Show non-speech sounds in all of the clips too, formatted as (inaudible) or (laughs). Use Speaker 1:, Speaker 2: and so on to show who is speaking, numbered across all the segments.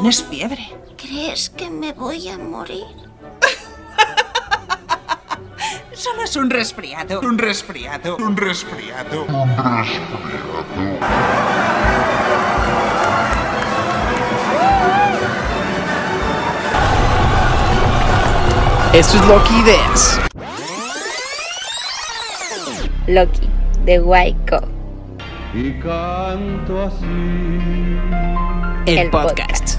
Speaker 1: Tienes fiebre.
Speaker 2: ¿Crees que me voy a morir?
Speaker 1: Solo es un resfriado. Un resfriado. Un resfriado.
Speaker 3: Esto es Loki Ideas.
Speaker 4: Loki, de Waiko.
Speaker 5: y canto así.
Speaker 3: El,
Speaker 4: El
Speaker 3: podcast.
Speaker 4: podcast.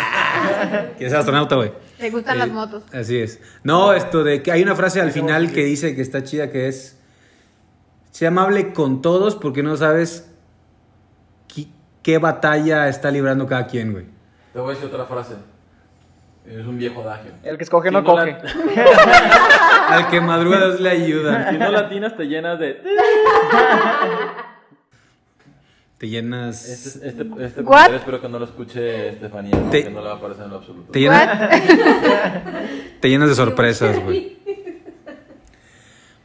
Speaker 6: Que es astronauta, (laughs) güey.
Speaker 7: Le gustan las motos.
Speaker 6: Eh, Así es. No, esto de que hay una frase al final que dice que está chida, que es, sé amable con todos porque no sabes qui- qué batalla está librando cada quien, güey.
Speaker 8: Te voy a decir otra frase. Es un viejo adagio.
Speaker 9: El que escoge no
Speaker 8: Si
Speaker 9: coge.
Speaker 8: la-
Speaker 6: Al que madruga Dios le ayuda.
Speaker 8: si (laughs) no latinas, te llenas de.
Speaker 6: Te llenas...
Speaker 8: Este, este, este
Speaker 7: What?
Speaker 8: comentario espero que no lo escuche Estefanía,
Speaker 6: Te-
Speaker 8: porque no le va a parecer en lo absoluto.
Speaker 6: Te llenas, (laughs) te llenas de sorpresas, güey.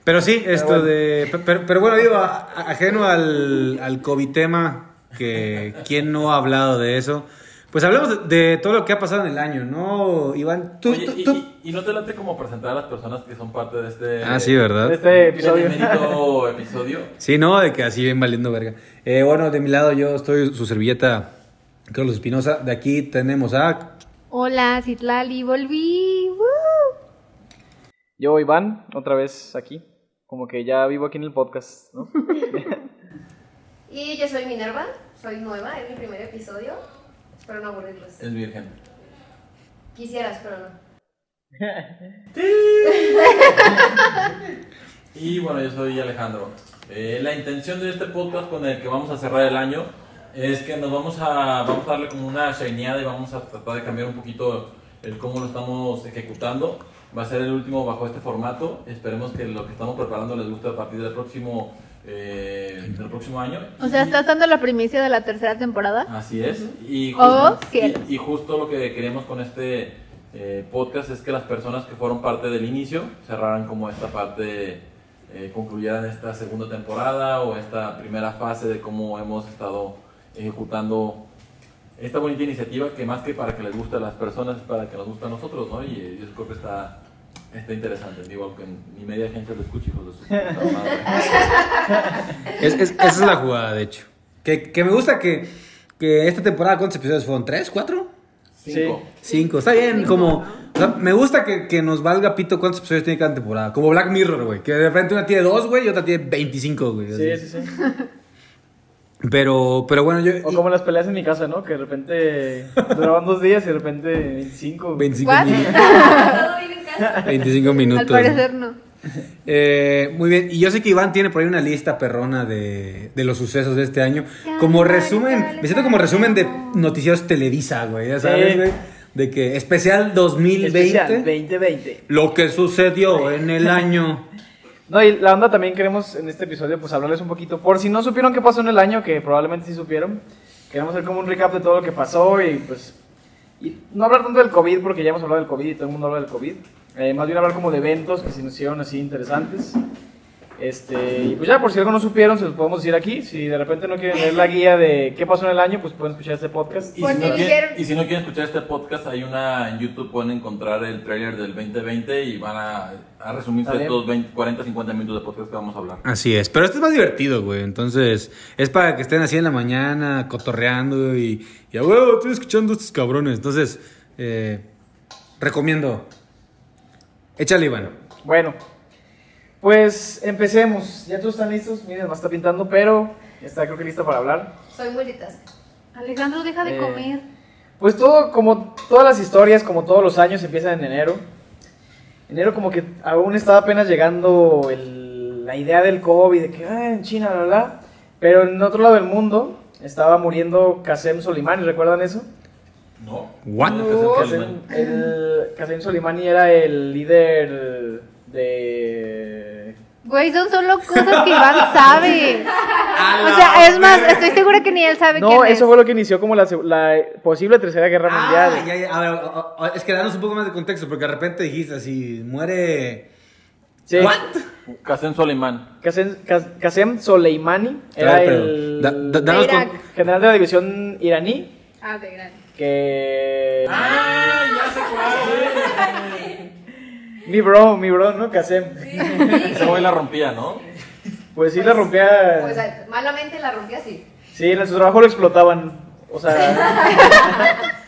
Speaker 6: Pero sí, esto de... pe- Pero, pero bueno, digo, a- a- ajeno al, al COVID tema, que quién no ha hablado de eso. Pues hablemos de, de todo lo que ha pasado en el año, ¿no, Iván? Tú,
Speaker 8: Oye,
Speaker 6: tú-
Speaker 8: y,
Speaker 6: tú-
Speaker 8: y- y no te late como presentar a las personas que son parte de este.
Speaker 6: Ah, sí, ¿verdad?
Speaker 9: Este episodio.
Speaker 8: benemérito episodio.
Speaker 6: Sí, no, de que así bien valiendo verga. Eh, bueno, de mi lado yo estoy su servilleta Carlos Espinosa. De aquí tenemos a...
Speaker 7: Hola, Citlali, volví. ¡Woo!
Speaker 9: Yo, Iván, otra vez aquí. Como que ya vivo aquí en el podcast, ¿no?
Speaker 10: Y yo soy Minerva, soy nueva, es mi primer episodio. Espero no aburrirlos.
Speaker 8: Es virgen.
Speaker 10: Quisieras, pero no.
Speaker 8: Y bueno, yo soy Alejandro. Eh, la intención de este podcast con el que vamos a cerrar el año es que nos vamos a, vamos a darle como una shineada y vamos a tratar de cambiar un poquito el cómo lo estamos ejecutando. Va a ser el último bajo este formato. Esperemos que lo que estamos preparando les guste a partir del próximo, eh, del próximo año.
Speaker 7: O sea,
Speaker 8: Y-
Speaker 7: ¿estás dando la primicia de la tercera
Speaker 9: Ah,
Speaker 7: temporada?
Speaker 8: Así es. Y
Speaker 7: Oh,
Speaker 8: justo,
Speaker 7: cielos.
Speaker 8: y- y justo lo que queremos con este eh, podcast es que las personas que fueron parte del inicio cerraran como esta parte, eh, concluyeran esta segunda temporada o esta primera fase de cómo hemos estado ejecutando esta bonita iniciativa que más que para que les guste a las personas es para que nos guste a nosotros, ¿no? Y eh, yo creo que está, está interesante, digo, aunque ni media gente lo escuche, hijos de su puta madre.
Speaker 6: Es- es- esa es la jugada, de hecho. Que, que me gusta que, que esta temporada, ¿cuántos episodios fueron? ¿Tres? ¿Cuatro?
Speaker 8: Cinco.
Speaker 6: Cinco. Está bien, como... o sea, me gusta que, que nos valga pito cuántos episodios tiene cada temporada. Como Black Mirror, güey. Que de repente una tiene dos, güey, y otra tiene 25, güey.
Speaker 9: Sí,
Speaker 6: así.
Speaker 9: sí, sí.
Speaker 6: Pero, pero bueno, yo...
Speaker 9: O como las peleas en mi casa, ¿no? Que de repente duraban dos días y de repente 25.
Speaker 6: 25
Speaker 7: ¿What? (laughs)
Speaker 6: mil-
Speaker 10: Todo bien en casa.
Speaker 6: 25 minutos.
Speaker 7: Al parecer no.
Speaker 6: Eh, muy bien, y yo sé que Iván tiene por ahí una lista perrona de, de los sucesos de este año. Como resumen, me siento como resumen de noticias Televisa, güey, ya sabes,
Speaker 9: Sí.
Speaker 6: güey. De que especial 2020,
Speaker 9: Especial, 2020.
Speaker 6: lo que sucedió en el año.
Speaker 9: No, y la onda también queremos en este episodio pues hablarles un poquito, por si no supieron qué pasó en el año, que probablemente sí supieron, Queremos hacer como un recap de todo lo que pasó y pues. y no hablar tanto del COVID, porque ya hemos hablado del COVID y todo el mundo habla del COVID. Eh, más bien hablar como de eventos que se nos hicieron así interesantes. Este, y pues ya, por si algo no supieron, se los podemos decir aquí. Si de repente no quieren leer la guía de qué pasó en el año, pues pueden escuchar este podcast.
Speaker 8: Y
Speaker 10: Por
Speaker 8: si,
Speaker 10: si
Speaker 8: no quieren,
Speaker 10: dijeron-
Speaker 8: y si no quieren escuchar este podcast, hay una en YouTube, pueden encontrar el trailer del 2020 y van a, a resumirse
Speaker 9: Está bien.
Speaker 8: estos 20, 40, 50 minutos de podcast que vamos a hablar.
Speaker 6: (laughs) Así es, pero este es más divertido, güey. Entonces, es para que estén así en la mañana, cotorreando y, y a huevo, estoy escuchando a estos cabrones. Entonces, eh, recomiendo. Échale, Iván.
Speaker 9: Bueno, pues empecemos. Ya todos están listos. Miren, más está pintando, pero ya está, creo que lista para hablar.
Speaker 10: Soy multitask.
Speaker 7: Alejandro, deja de
Speaker 9: Eh,
Speaker 7: comer.
Speaker 9: Pues todo, como todas las historias, como todos los años, empiezan en enero. Enero como que aún estaba apenas llegando el- la idea del COVID, de que "Ah, en China, bla, bla. Pero en otro lado del mundo estaba muriendo Qasem Soleimani, ¿recuerdan eso?
Speaker 8: ¿No?
Speaker 6: What?
Speaker 8: No, es que se
Speaker 9: Qasem,
Speaker 8: llaman-
Speaker 9: el, Qasem Soleimani era el líder de...
Speaker 7: Güey, son solo cosas
Speaker 6: (laughs)
Speaker 7: que Iván sabe. O sea, es más, estoy segura que ni él sabe
Speaker 9: No,
Speaker 7: quién es.
Speaker 9: eso fue lo que inició como la, seg- la posible Tercera Guerra Mundial.
Speaker 6: Ah, ya, ya. A ver, a- a- es que danos un poco más de contexto, porque de repente dijiste así, muere.
Speaker 9: Sí.
Speaker 8: Qasem Soleimán.
Speaker 9: Qasem, Qas- Qasem Soleimani era
Speaker 6: Claro, pero
Speaker 9: el
Speaker 6: da- da- danos
Speaker 7: Irak.
Speaker 6: con-
Speaker 9: general de la división iraní
Speaker 7: Ah, de gran.
Speaker 9: que
Speaker 8: ¡Ah! Ya sé cuál
Speaker 9: (laughs) mi bro, mi bro, ¿no? Qasem.
Speaker 8: es. Ese güey la rompía, ¿no?
Speaker 9: Pues sí la rompía.
Speaker 10: Pues ah, malamente la rompí así.
Speaker 9: sí, en su trabajo lo explotaban. O (laughs) sea,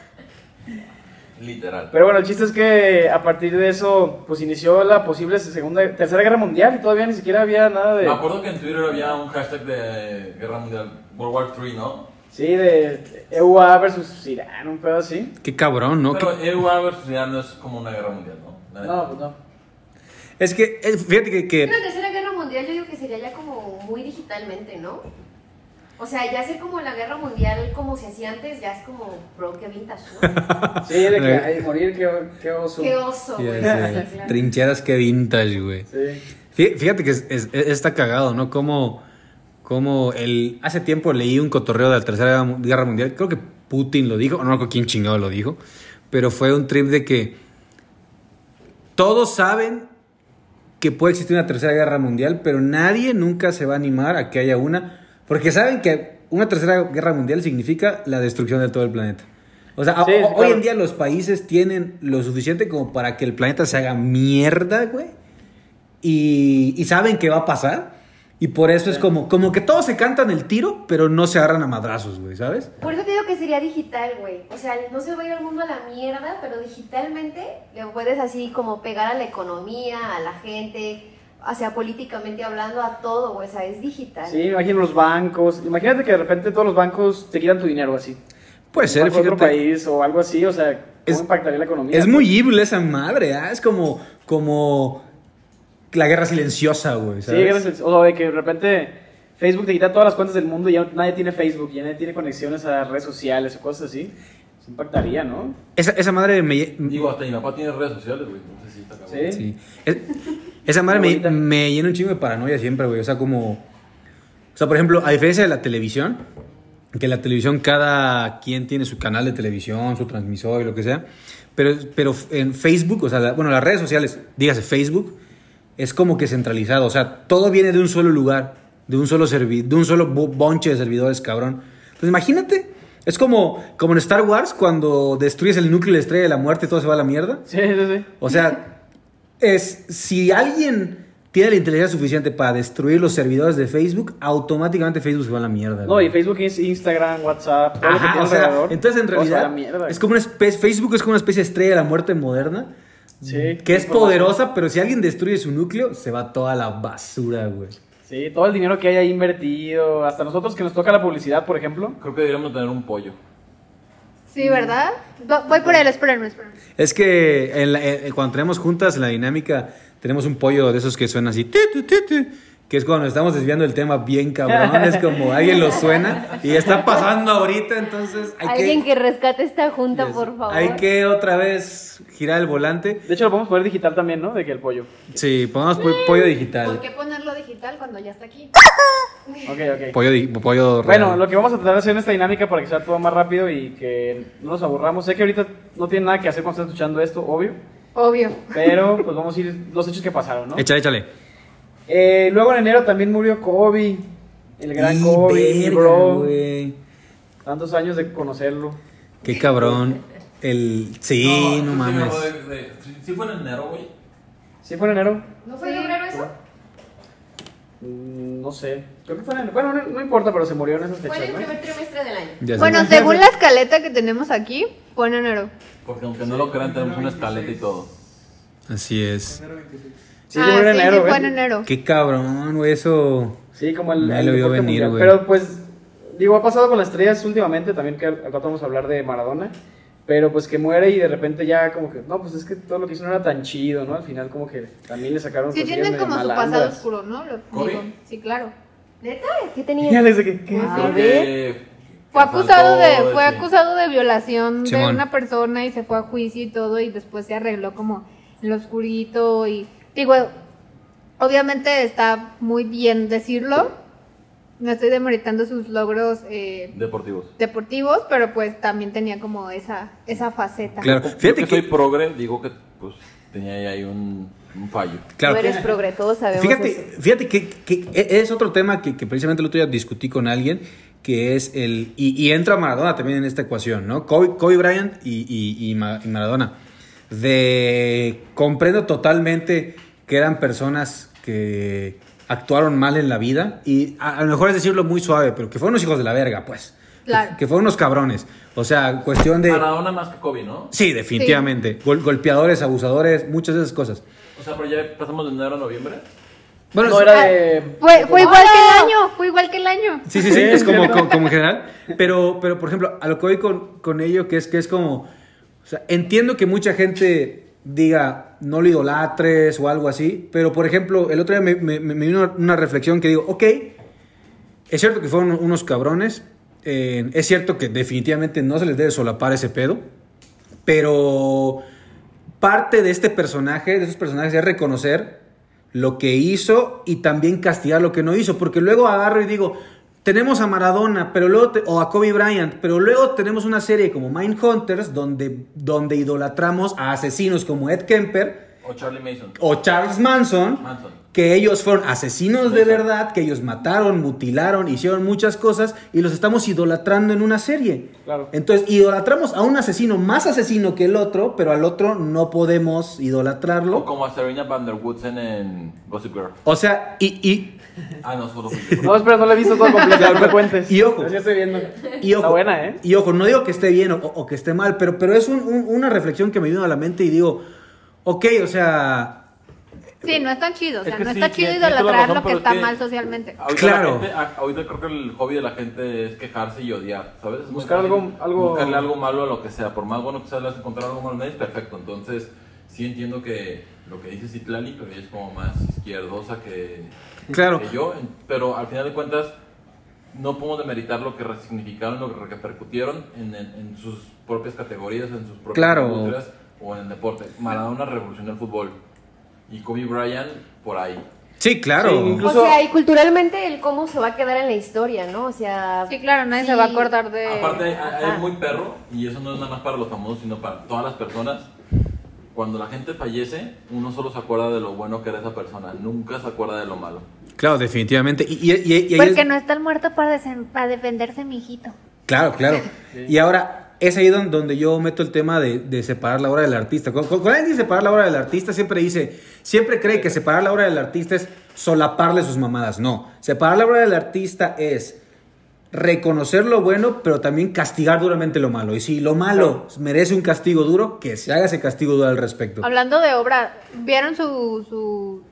Speaker 8: Literal.
Speaker 9: pero bueno, el chiste es que a partir de eso pues inició la posible segunda tercera guerra mundial y todavía ni siquiera había nada de
Speaker 8: Me acuerdo que en Twitter había un hashtag de Guerra Mundial, World War 3, ¿no?
Speaker 9: Sí, de EUA versus Irán, un pedo así.
Speaker 6: Qué cabrón, ¿no?
Speaker 8: Pero
Speaker 6: Qué-
Speaker 8: EUA versus Irán no es como una guerra mundial, ¿no? La neta.
Speaker 9: No, pues no.
Speaker 6: Es que, eh, fíjate que. que-
Speaker 10: Una tercera guerra mundial yo digo que sería ya como muy digitalmente, ¿no? O sea, ya hacer como la guerra mundial como se hacía antes, ya es como, bro, qué vintage,
Speaker 6: (laughs)
Speaker 10: ¿no?
Speaker 9: Sí, de que ay, morir qué, qué oso.
Speaker 10: qué oso,
Speaker 6: Sí,
Speaker 9: (laughs)
Speaker 10: güey.
Speaker 6: ya
Speaker 10: Sí,
Speaker 6: sé.
Speaker 10: claro.
Speaker 6: Trincheras que vintage, güey.
Speaker 9: Sí.
Speaker 6: Fí- Fíjate que es- es- es- está cagado, ¿no? Como, como el, hace tiempo leí un cotorreo de la Tercera Guerra- Guerra Mundial, creo que Putin lo dijo, no me acuerdo quién chingado lo dijo, pero fue un trip de que todos saben que puede existir una Tercera Guerra Mundial, pero nadie nunca se va a animar a que haya una, porque saben que una Tercera Guerra Mundial significa la destrucción de todo el planeta. O sea, a-
Speaker 9: Sí, sí,
Speaker 6: hoy
Speaker 9: claro.
Speaker 6: en día los países tienen lo suficiente como para que el planeta se haga mierda, güey y, y saben que va a pasar. Y por eso es como, como que todos se cantan el tiro, pero no se agarran a madrazos, güey, ¿sabes?
Speaker 10: Por eso te digo que sería digital, güey. O sea, no se va a ir al mundo a la mierda, pero digitalmente le puedes así como pegar a la economía, a la gente, o sea, políticamente hablando, a todo, güey. O sea, es digital.
Speaker 9: Sí, me imagino los bancos. Imagínate que de repente todos los bancos te quitan tu dinero así.
Speaker 6: Puede ser,
Speaker 9: Para otro
Speaker 6: fíjate.
Speaker 9: país o algo así, o sea, ¿cómo
Speaker 6: Es-
Speaker 9: impactaría la economía?
Speaker 6: Es muy evil esa madre, ¿ah? Es como, como la guerra silenciosa, güey,
Speaker 9: Sí,
Speaker 6: ¿sabes?
Speaker 9: gracias. O sea, de que de repente Facebook te quita todas las cuentas del mundo y ya nadie tiene Facebook, ya nadie tiene conexiones a redes sociales o cosas así. Se impactaría, ¿no?
Speaker 6: esa, esa madre me... lle-
Speaker 8: Digo, hasta mi papá tiene redes sociales, güey. No sé si está cabrón.
Speaker 9: Sí.
Speaker 6: Sí. Es- esa madre me,
Speaker 9: Ahorita.
Speaker 6: me llena un chingo de paranoia siempre, güey. O sea, como. O sea, por ejemplo, a diferencia de la televisión, que la televisión, cada quien tiene su canal de televisión, su transmisor y lo que sea. Pero, pero en Facebook, o sea, la- bueno, las redes sociales, dígase Facebook, es como que centralizado. O sea, todo viene de un solo lugar, de un solo servi de un solo bu- bonche de servidores, cabrón. Pues imagínate, es como, como en Star Wars, cuando destruyes el núcleo de la estrella de la muerte, todo se va a la mierda.
Speaker 9: Sí, sí, sí.
Speaker 6: O sea, es si alguien tiene la inteligencia suficiente para destruir los servidores de Facebook, automáticamente Facebook se va a la mierda.
Speaker 9: No,
Speaker 6: güey.
Speaker 9: y Facebook es Instagram, WhatsApp, todo lo que
Speaker 6: Ajá,
Speaker 9: tiene
Speaker 6: o sea,
Speaker 9: alrededor.
Speaker 6: entonces en
Speaker 9: Todo se va a la
Speaker 6: realidad
Speaker 9: mierda.
Speaker 6: es como una especie, Facebook es como una especie de estrella de la muerte moderna.
Speaker 9: Sí.
Speaker 6: Que es
Speaker 9: Información.
Speaker 6: poderosa, pero si alguien destruye su núcleo, se va toda la basura, güey.
Speaker 9: Sí, todo el dinero que haya invertido, hasta nosotros que nos toca la publicidad, por ejemplo.
Speaker 8: Creo que deberíamos tener un pollo.
Speaker 7: Sí, ¿verdad? Va- Voy por él, espérenme, espérenme.
Speaker 6: Es que en la- eh, cuando tenemos juntas en la dinámica, tenemos un pollo de esos que suena así. tu, tu, tu, tu, que es cuando nos estamos desviando del tema bien
Speaker 10: (laughs)
Speaker 6: cabrón, es como alguien lo suena y está pasando ahorita, entonces hay
Speaker 10: Alguien que, rescate esta junta,
Speaker 6: Yes.
Speaker 10: por favor.
Speaker 6: Hay que otra vez girar el volante.
Speaker 9: De hecho, lo podemos poner digital también, ¿no? De que el pollo.
Speaker 6: Sí, pongamos po- pollo
Speaker 11: ¿Por
Speaker 6: digital.
Speaker 11: qué ponerlo digital cuando ya está aquí?
Speaker 9: Ok, ok.
Speaker 6: Pollo, di- pollo real.
Speaker 9: Bueno, lo que vamos a tratar de hacer en esta dinámica para que sea todo más rápido y que no nos aburramos. Sé que ahorita no tienen nada que hacer cuando están escuchando esto, obvio.
Speaker 11: Obvio.
Speaker 6: (laughs)
Speaker 9: Pero pues vamos a ir los hechos que pasaron, ¿no?
Speaker 6: Échale, échale.
Speaker 9: Eh, luego en enero también murió Kobe. El gran
Speaker 6: Y
Speaker 9: Kobe, mi
Speaker 6: verga,
Speaker 9: bro.
Speaker 6: güey.
Speaker 9: Tantos años de conocerlo.
Speaker 6: Qué cabrón. El sí, no, mames.
Speaker 8: Sí fue en enero, güey.
Speaker 9: ¿Sí fue en enero?
Speaker 11: ¿No fue febrero eso?
Speaker 9: Mm, No sé. Creo que fue en enero. Bueno, no, no importa, pero se murió en esas
Speaker 11: Fue en
Speaker 9: fechas,
Speaker 11: el
Speaker 9: ¿no?
Speaker 11: primer trimestre del año.
Speaker 6: Ya sé.
Speaker 7: Bueno, según la escaleta que tenemos aquí, fue en enero.
Speaker 8: Porque aunque no lo crean, tenemos una escaleta y todo.
Speaker 6: Así es.
Speaker 9: Sí, se murió en
Speaker 7: sí, Ah,
Speaker 9: enero,
Speaker 7: sí, fue
Speaker 9: ¿eh?
Speaker 7: en enero.
Speaker 6: Qué cabrón, güey, eso.
Speaker 9: Sí, como el.
Speaker 6: Nadie
Speaker 9: el
Speaker 6: lo vio
Speaker 9: deporte
Speaker 6: venir,
Speaker 9: mundial.
Speaker 6: güey.
Speaker 9: Pero pues, digo, ha pasado con las estrellas últimamente también, que al al rato vamos a hablar de Maradona. Pero pues que muere y de repente ya como que, no, pues es que todo lo que hizo no era tan chido, ¿no? Al final como que también le sacaron
Speaker 11: Sí,
Speaker 9: cosillas
Speaker 11: tienen
Speaker 9: medio
Speaker 11: como su
Speaker 9: Pues, malandras.
Speaker 11: pasado oscuro, ¿no? Lo-
Speaker 8: ¿Kobe?
Speaker 11: digo, sí, claro.
Speaker 10: ¿Neta? ¿Qué tenía?
Speaker 9: (laughs) Ya desde que- que-
Speaker 8: Creo
Speaker 10: ver.
Speaker 8: que-
Speaker 7: Fue
Speaker 8: que
Speaker 7: acusado
Speaker 8: faltó
Speaker 7: de, fue
Speaker 8: ese-
Speaker 7: acusado de violación de
Speaker 6: Simón.
Speaker 7: una persona y se fue a juicio y todo y después se arregló como en lo oscurito y digo, obviamente está muy bien decirlo, no estoy demeritando sus logros eh,
Speaker 8: Deportivos.
Speaker 7: deportivos, pero pues también tenía como esa, esa faceta.
Speaker 6: Claro,
Speaker 8: Yo
Speaker 6: fíjate
Speaker 8: que soy
Speaker 6: que
Speaker 8: progre, digo que pues tenía ahí un, un fallo.
Speaker 10: Tú
Speaker 6: claro.
Speaker 10: eres progre, todos sabemos eso.
Speaker 6: Fíjate, fíjate que, que e, es otro tema que, que precisamente el otro día discutí con alguien, que es el... Y, y entra Maradona también en esta ecuación, ¿no? Kobe, Kobe Bryant y, y- y Ma- y Maradona. De... Comprendo totalmente que eran personas que actuaron mal en la vida y a, a lo mejor es decirlo muy suave, pero que fueron unos hijos de la verga, pues.
Speaker 7: Claro.
Speaker 6: Que fueron unos cabrones. O sea, cuestión de...
Speaker 8: Maradona más que Kobe, ¿no?
Speaker 6: Sí, definitivamente. Gol- golpeadores, abusadores, muchas de esas cosas.
Speaker 8: O sea, pero ya pasamos de enero a noviembre.
Speaker 6: Bueno,
Speaker 9: No,
Speaker 6: sí-
Speaker 9: era
Speaker 11: Ah,
Speaker 9: de...
Speaker 7: Fue, fue igual que el año, fue igual que el año.
Speaker 6: Sí, sí, sí, es como, como, como en general. Pero, pero, por ejemplo, a lo que voy con, con ello, que es que es como. O sea, entiendo que mucha gente diga no lo idolatres o algo así, pero por ejemplo, el otro día me, me- me vino una reflexión que digo, ok, es cierto que fueron unos cabrones, eh, es cierto que definitivamente no se les debe solapar ese pedo, pero parte de este personaje, de esos personajes, es reconocer lo que hizo y también castigar lo que no hizo. Porque luego agarro y digo, tenemos a Maradona, pero luego te- o a Kobe Bryant, pero luego tenemos una serie como Mindhunters donde, donde idolatramos a asesinos como Ed Kemper
Speaker 8: O Charlie Mason.
Speaker 6: o Charles Manson,
Speaker 8: Manson.
Speaker 6: que ellos fueron asesinos de
Speaker 8: Manson.
Speaker 6: verdad, que ellos mataron, mutilaron, hicieron muchas cosas y los estamos idolatrando en una serie.
Speaker 9: Claro.
Speaker 6: Entonces, idolatramos a un asesino más asesino que el otro, pero al otro no podemos idolatrarlo.
Speaker 8: O como a Serena Van Der Woodsen en Gossip Girl.
Speaker 6: O sea, y, y,
Speaker 8: Ah, no, solo fui yo.
Speaker 9: No, espera, no lo he visto todo completo, no me cuentes.
Speaker 6: Y ojo.
Speaker 9: Es que estoy viendo.
Speaker 6: y ojo,
Speaker 9: Está buena, ¿eh?
Speaker 6: y ojo, no digo que esté bien o, o que esté mal, pero, pero es un- un- una reflexión que me vino a la mente y digo, ok, o sea,
Speaker 7: Sí, no es tan chido, o sea,
Speaker 8: Es que
Speaker 7: no
Speaker 8: sí,
Speaker 7: está chido
Speaker 8: tiene- tiene toda la
Speaker 7: idolatrar
Speaker 8: razón,
Speaker 7: lo que
Speaker 8: pero
Speaker 7: está
Speaker 8: es que-
Speaker 7: mal socialmente.
Speaker 8: Ahorita
Speaker 6: Claro.
Speaker 8: la gente- a- ahorita creo que el hobby de la gente es quejarse y odiar, ¿sabes? Es muy
Speaker 9: Buscar
Speaker 8: fácil
Speaker 9: algo- algo-
Speaker 8: Buscarle algo malo a lo que sea. Por más bueno que sea, le vas a encontrar algo malo a nadie, es perfecto. Entonces, sí entiendo que lo que dice Citlali, pero ella es como más izquierdosa que,
Speaker 6: claro,
Speaker 8: que yo. en- Pero al final de cuentas, no podemos demeritar lo que significaron, lo que repercutieron en, en- en sus propias categorías, en sus propias
Speaker 6: Claro.
Speaker 8: culturas o en el deporte. Maradona revolucionó el fútbol. Y Kobe Bryant, por ahí.
Speaker 6: sí, claro.
Speaker 9: Sí, incluso-
Speaker 10: O sea, y culturalmente el cómo se va a quedar en la historia, ¿no? O sea...
Speaker 7: Sí, claro, nadie
Speaker 10: sí.
Speaker 7: se va a acordar de...
Speaker 8: Aparte, hay- hay-
Speaker 10: Ajá.
Speaker 8: es muy perro, y eso no es nada más para los famosos, sino para todas las personas. Cuando la gente fallece, uno solo se acuerda de lo bueno que era esa persona, nunca se acuerda de lo malo.
Speaker 6: Claro, definitivamente. Y, y- y- y ahí
Speaker 7: Porque
Speaker 6: es-
Speaker 7: Pues no está el muerto para, desen- para defenderse, mijito.
Speaker 6: Claro, claro. Y ahora, es ahí don- donde yo meto el tema de, de separar la obra del artista. Cuando, cuando alguien dice separar la obra del artista, siempre dice, siempre cree que separar la obra del artista es solaparle sus mamadas. No, separar la obra del artista es reconocer lo bueno, pero también castigar duramente lo malo. Y si lo malo merece un castigo duro, que se haga ese castigo duro al respecto.
Speaker 7: Hablando de obra, ¿vieron su, su,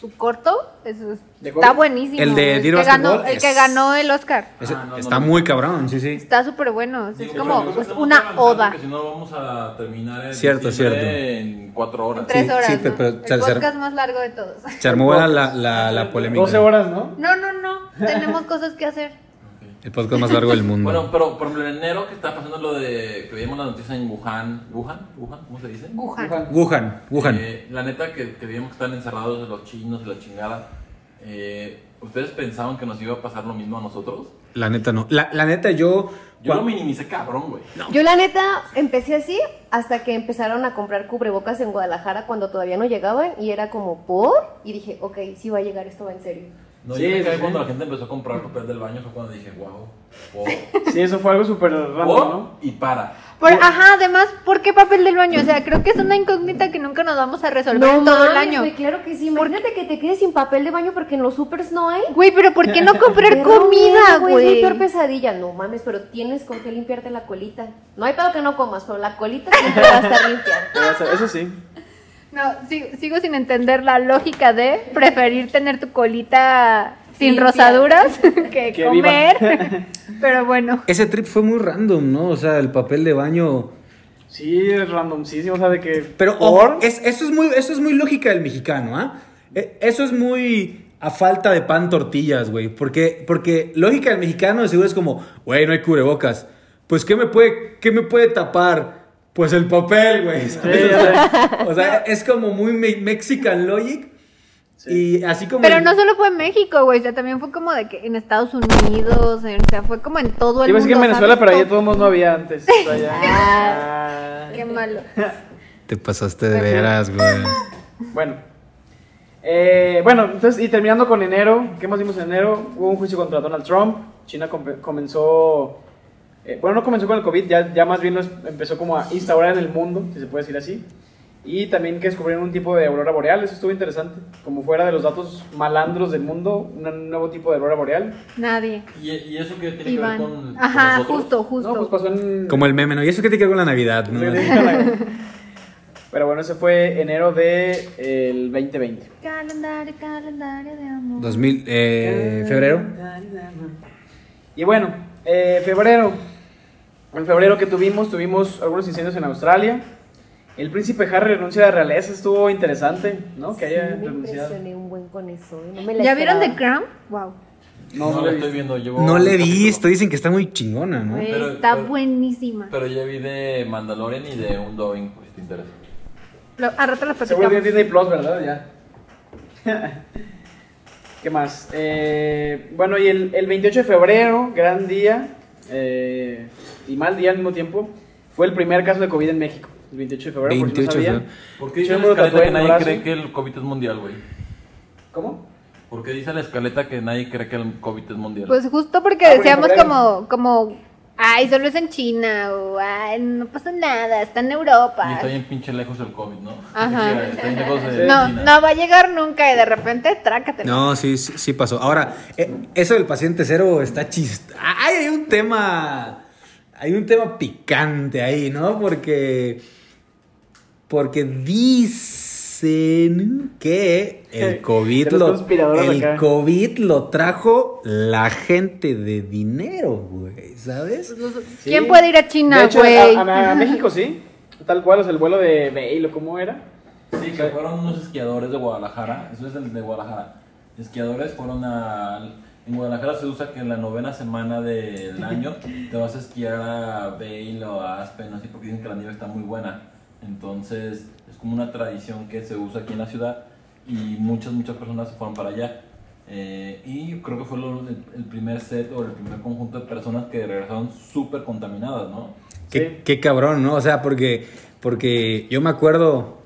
Speaker 7: su corto, eso es-
Speaker 9: ¿De
Speaker 7: está
Speaker 9: acuerdo?
Speaker 7: buenísimo.
Speaker 6: El de Dear
Speaker 7: que ganó,
Speaker 6: Basketball
Speaker 7: el que
Speaker 6: es-
Speaker 7: ganó el Oscar.
Speaker 6: Ese-
Speaker 8: Ah, no,
Speaker 6: está
Speaker 8: no.
Speaker 6: muy cabrón, sí, sí.
Speaker 7: Está súper bueno.
Speaker 8: Sí,
Speaker 7: Es
Speaker 8: pero
Speaker 7: como
Speaker 8: yo creo que
Speaker 7: pues,
Speaker 8: estamos
Speaker 7: una
Speaker 8: avanzando,
Speaker 7: oda.
Speaker 8: porque Si no, vamos a terminar el
Speaker 6: Cierto,
Speaker 8: diciembre
Speaker 6: cierto.
Speaker 8: en cuatro horas.
Speaker 7: Tres
Speaker 6: sí,
Speaker 7: horas.
Speaker 6: sí,
Speaker 7: ¿no?
Speaker 6: pero- pero- se-
Speaker 7: el
Speaker 6: se-
Speaker 7: podcast más largo de todos. (laughs)
Speaker 6: Se armó buena la, la, la polémica.
Speaker 9: 12 horas, ¿no?
Speaker 7: No, no, no. Tenemos cosas que hacer.
Speaker 6: El podcast más largo del mundo.
Speaker 8: Bueno, pero por ejemplo, en enero que está pasando lo de que vimos la noticia en Wuhan, Wuhan, Wuhan, ¿cómo se dice?
Speaker 7: Wuhan.
Speaker 6: Wuhan, Wuhan.
Speaker 8: Eh, la neta que, que vimos que están encerrados de los chinos, de la chingada. eh, ¿Ustedes pensaban que nos iba a pasar lo mismo a nosotros?
Speaker 6: la neta no. La, la neta yo...
Speaker 8: Yo lo
Speaker 6: cuan-
Speaker 8: minimicé cabrón, güey.
Speaker 10: Yo la neta empecé así hasta que empezaron a comprar cubrebocas en Guadalajara cuando todavía no llegaban y era como por y dije, ok, sí va a llegar, esto va en serio.
Speaker 8: No,
Speaker 9: Sí,
Speaker 8: yo me
Speaker 9: sí,
Speaker 8: caí
Speaker 9: sí.
Speaker 8: cuando la gente empezó a comprar papel del baño, fue cuando dije, wow, wow,
Speaker 9: Sí, eso fue algo súper
Speaker 6: ¿Oh?
Speaker 9: raro,
Speaker 8: wow,
Speaker 9: ¿no?
Speaker 8: y para.
Speaker 7: Por- ajá, además, ¿por qué papel del baño? O sea, creo que es una incógnita que nunca nos vamos a resolver en todo el
Speaker 10: mames,
Speaker 7: año.
Speaker 10: güey, claro que sí. Imagínate que te quedes sin papel de baño porque en los supers no hay.
Speaker 7: Güey, pero ¿por qué no comprar
Speaker 10: Pero,
Speaker 7: comida,
Speaker 10: Es mi
Speaker 7: güey?
Speaker 10: peor pesadilla. No mames, pero tienes con qué limpiarte la colita. No hay pedo que no comas, pero la colita siempre va a estar
Speaker 9: (laughs)
Speaker 10: limpia.
Speaker 9: Pero, o sea, Eso sí.
Speaker 7: No, sig- sigo sin entender la lógica de preferir tener tu colita sin
Speaker 10: Limpia. (laughs)
Speaker 7: rosaduras (laughs) que,
Speaker 9: Que viva.
Speaker 7: comer.
Speaker 9: (laughs)
Speaker 7: Pero bueno,
Speaker 6: Ese trip fue muy random, ¿no? O sea, el papel de baño...
Speaker 9: Sí, es randomísimo, o sea, de que...
Speaker 6: Pero
Speaker 9: ¿por?
Speaker 6: ojo, es- eso, es muy, eso es muy lógica del mexicano, ¿ah? E- Eso es muy a falta de pan tortillas, güey. Porque, porque lógica del mexicano de seguro es como, güey, no hay cubrebocas. Pues, ¿qué me puede, qué me puede tapar? Pues el papel, güey. ¿sabes?
Speaker 9: Sí,
Speaker 6: o, sea, o sea, es como muy me- Mexican logic. Y así como...
Speaker 7: pero no solo fue en México, güey, o sea, también fue como de que en Estados Unidos, en- o sea, fue como en todo el
Speaker 9: Iba a
Speaker 7: mundo.
Speaker 9: decir que en Venezuela,
Speaker 7: ¿sabes?
Speaker 9: pero ahí de todos modos no había antes. o
Speaker 7: (laughs)
Speaker 9: sea, ya. Ah.
Speaker 7: Qué malo.
Speaker 6: Te pasaste de veras, güey.
Speaker 9: Bueno. Eh, bueno, entonces, y terminando con enero, ¿qué más vimos en enero? Hubo un juicio contra Donald Trump. China com- comenzó. eh, bueno, no comenzó con el COVID, ya, ya más bien lo es- empezó como a instaurar en el mundo, si se puede decir así. Y también que descubrieron un tipo de aurora boreal, eso estuvo interesante. Como fuera de los datos malandros del mundo, un nuevo tipo de aurora boreal.
Speaker 7: Nadie.
Speaker 8: ¿Y, y eso que tiene que ver
Speaker 7: Iván.
Speaker 8: con, con
Speaker 7: Ajá,
Speaker 8: nosotros?
Speaker 7: justo,
Speaker 9: No, pues
Speaker 7: justo.
Speaker 9: pasó
Speaker 6: (laughs)
Speaker 9: en.
Speaker 6: Como el meme, ¿no? ¿Y eso qué tiene que ver con la Navidad? no? (laughs)
Speaker 9: Pero bueno, ese fue enero del el 2020.
Speaker 7: Calendario, calendario de amor.
Speaker 6: 2000, eh,
Speaker 10: Ah,
Speaker 6: febrero.
Speaker 9: Y bueno, eh, febrero. En febrero que tuvimos, tuvimos algunos incendios en Australia. El príncipe Harry renuncia a la realeza, estuvo interesante, ¿no? Que haya
Speaker 10: Sí, me
Speaker 9: renunciado.
Speaker 10: impresioné un buen con eso. ¿eh? No me la
Speaker 7: ¿Ya vieron The
Speaker 10: esperaba.
Speaker 7: Crown? Wow.
Speaker 8: No,
Speaker 9: no
Speaker 8: la
Speaker 9: lo
Speaker 8: estoy
Speaker 9: vi.
Speaker 8: viendo, llevo
Speaker 6: No
Speaker 8: un
Speaker 6: le he
Speaker 8: capítulo.
Speaker 6: visto, dicen que está muy chingona, ¿no?
Speaker 7: Güey,
Speaker 8: pero-
Speaker 7: está
Speaker 8: pero-
Speaker 7: buenísima.
Speaker 8: Pero ya vi de Mandalorian y de un Doving, pues te interesa.
Speaker 7: Lo- a rato la
Speaker 9: Seguro tiene
Speaker 7: platicamos.
Speaker 9: Disney Plus, ¿verdad? Ya. (laughs) ¿Qué más? Eh, bueno, y el, el 28 de febrero, gran día eh, y mal día al mismo tiempo, fue el primer caso de COVID en México. El 28 de febrero,
Speaker 6: 28
Speaker 9: por si
Speaker 6: de
Speaker 9: no sabían.
Speaker 6: febrero.
Speaker 8: ¿Por qué
Speaker 9: Yo
Speaker 8: dice
Speaker 9: me
Speaker 8: la
Speaker 9: lo
Speaker 8: escaleta
Speaker 9: tatué
Speaker 8: que
Speaker 9: en el
Speaker 8: nadie
Speaker 9: brazo.
Speaker 8: cree que el COVID es mundial, güey?
Speaker 9: ¿Cómo?
Speaker 8: ¿Por qué dice la escaleta que nadie cree que el COVID es mundial?
Speaker 7: Pues justo porque
Speaker 9: Ah, bueno,
Speaker 7: decíamos
Speaker 9: breve.
Speaker 7: como, como, ay, solo es en China, o ay, no pasa nada, está en
Speaker 8: y
Speaker 7: Europa.
Speaker 8: está bien pinche lejos el COVID, ¿no?
Speaker 7: Ajá.
Speaker 8: Está bien lejos de
Speaker 7: No,
Speaker 9: Eh,
Speaker 8: China.
Speaker 7: no va a llegar nunca y de repente trácatelo.
Speaker 6: No, sí, sí, sí pasó. Ahora, eh, eso del paciente cero está chist. Ay, hay un tema. Hay un tema picante ahí, ¿no? Porque. Porque dicen que
Speaker 9: (laughs)
Speaker 6: el COVID
Speaker 9: De los
Speaker 6: lo,
Speaker 9: conspiradores
Speaker 6: el
Speaker 9: acá.
Speaker 6: COVID lo trajo la gente de dinero, güey, ¿sabes?
Speaker 9: Sí.
Speaker 7: ¿Quién puede ir a
Speaker 9: De
Speaker 7: China,
Speaker 9: hecho,
Speaker 7: güey?
Speaker 9: a, a- a México sí. Tal cual, o sea, el vuelo de Bale o cómo era.
Speaker 8: Sí, que fueron unos esquiadores de Guadalajara. Eso es el de Guadalajara. Esquiadores fueron a. En Guadalajara se usa que en la novena semana del año te vas a esquiar a Bale o a Aspen, así porque dicen que la nieve está muy buena. Entonces, es como una tradición que se usa aquí en la ciudad y muchas, muchas personas se fueron para allá. Eh, y creo que fue lo- el, el primer set o el primer conjunto de personas que regresaron súper contaminadas, ¿no?
Speaker 6: Qué,
Speaker 9: Sí.
Speaker 6: qué cabrón, ¿no? O sea, porque, porque yo me acuerdo,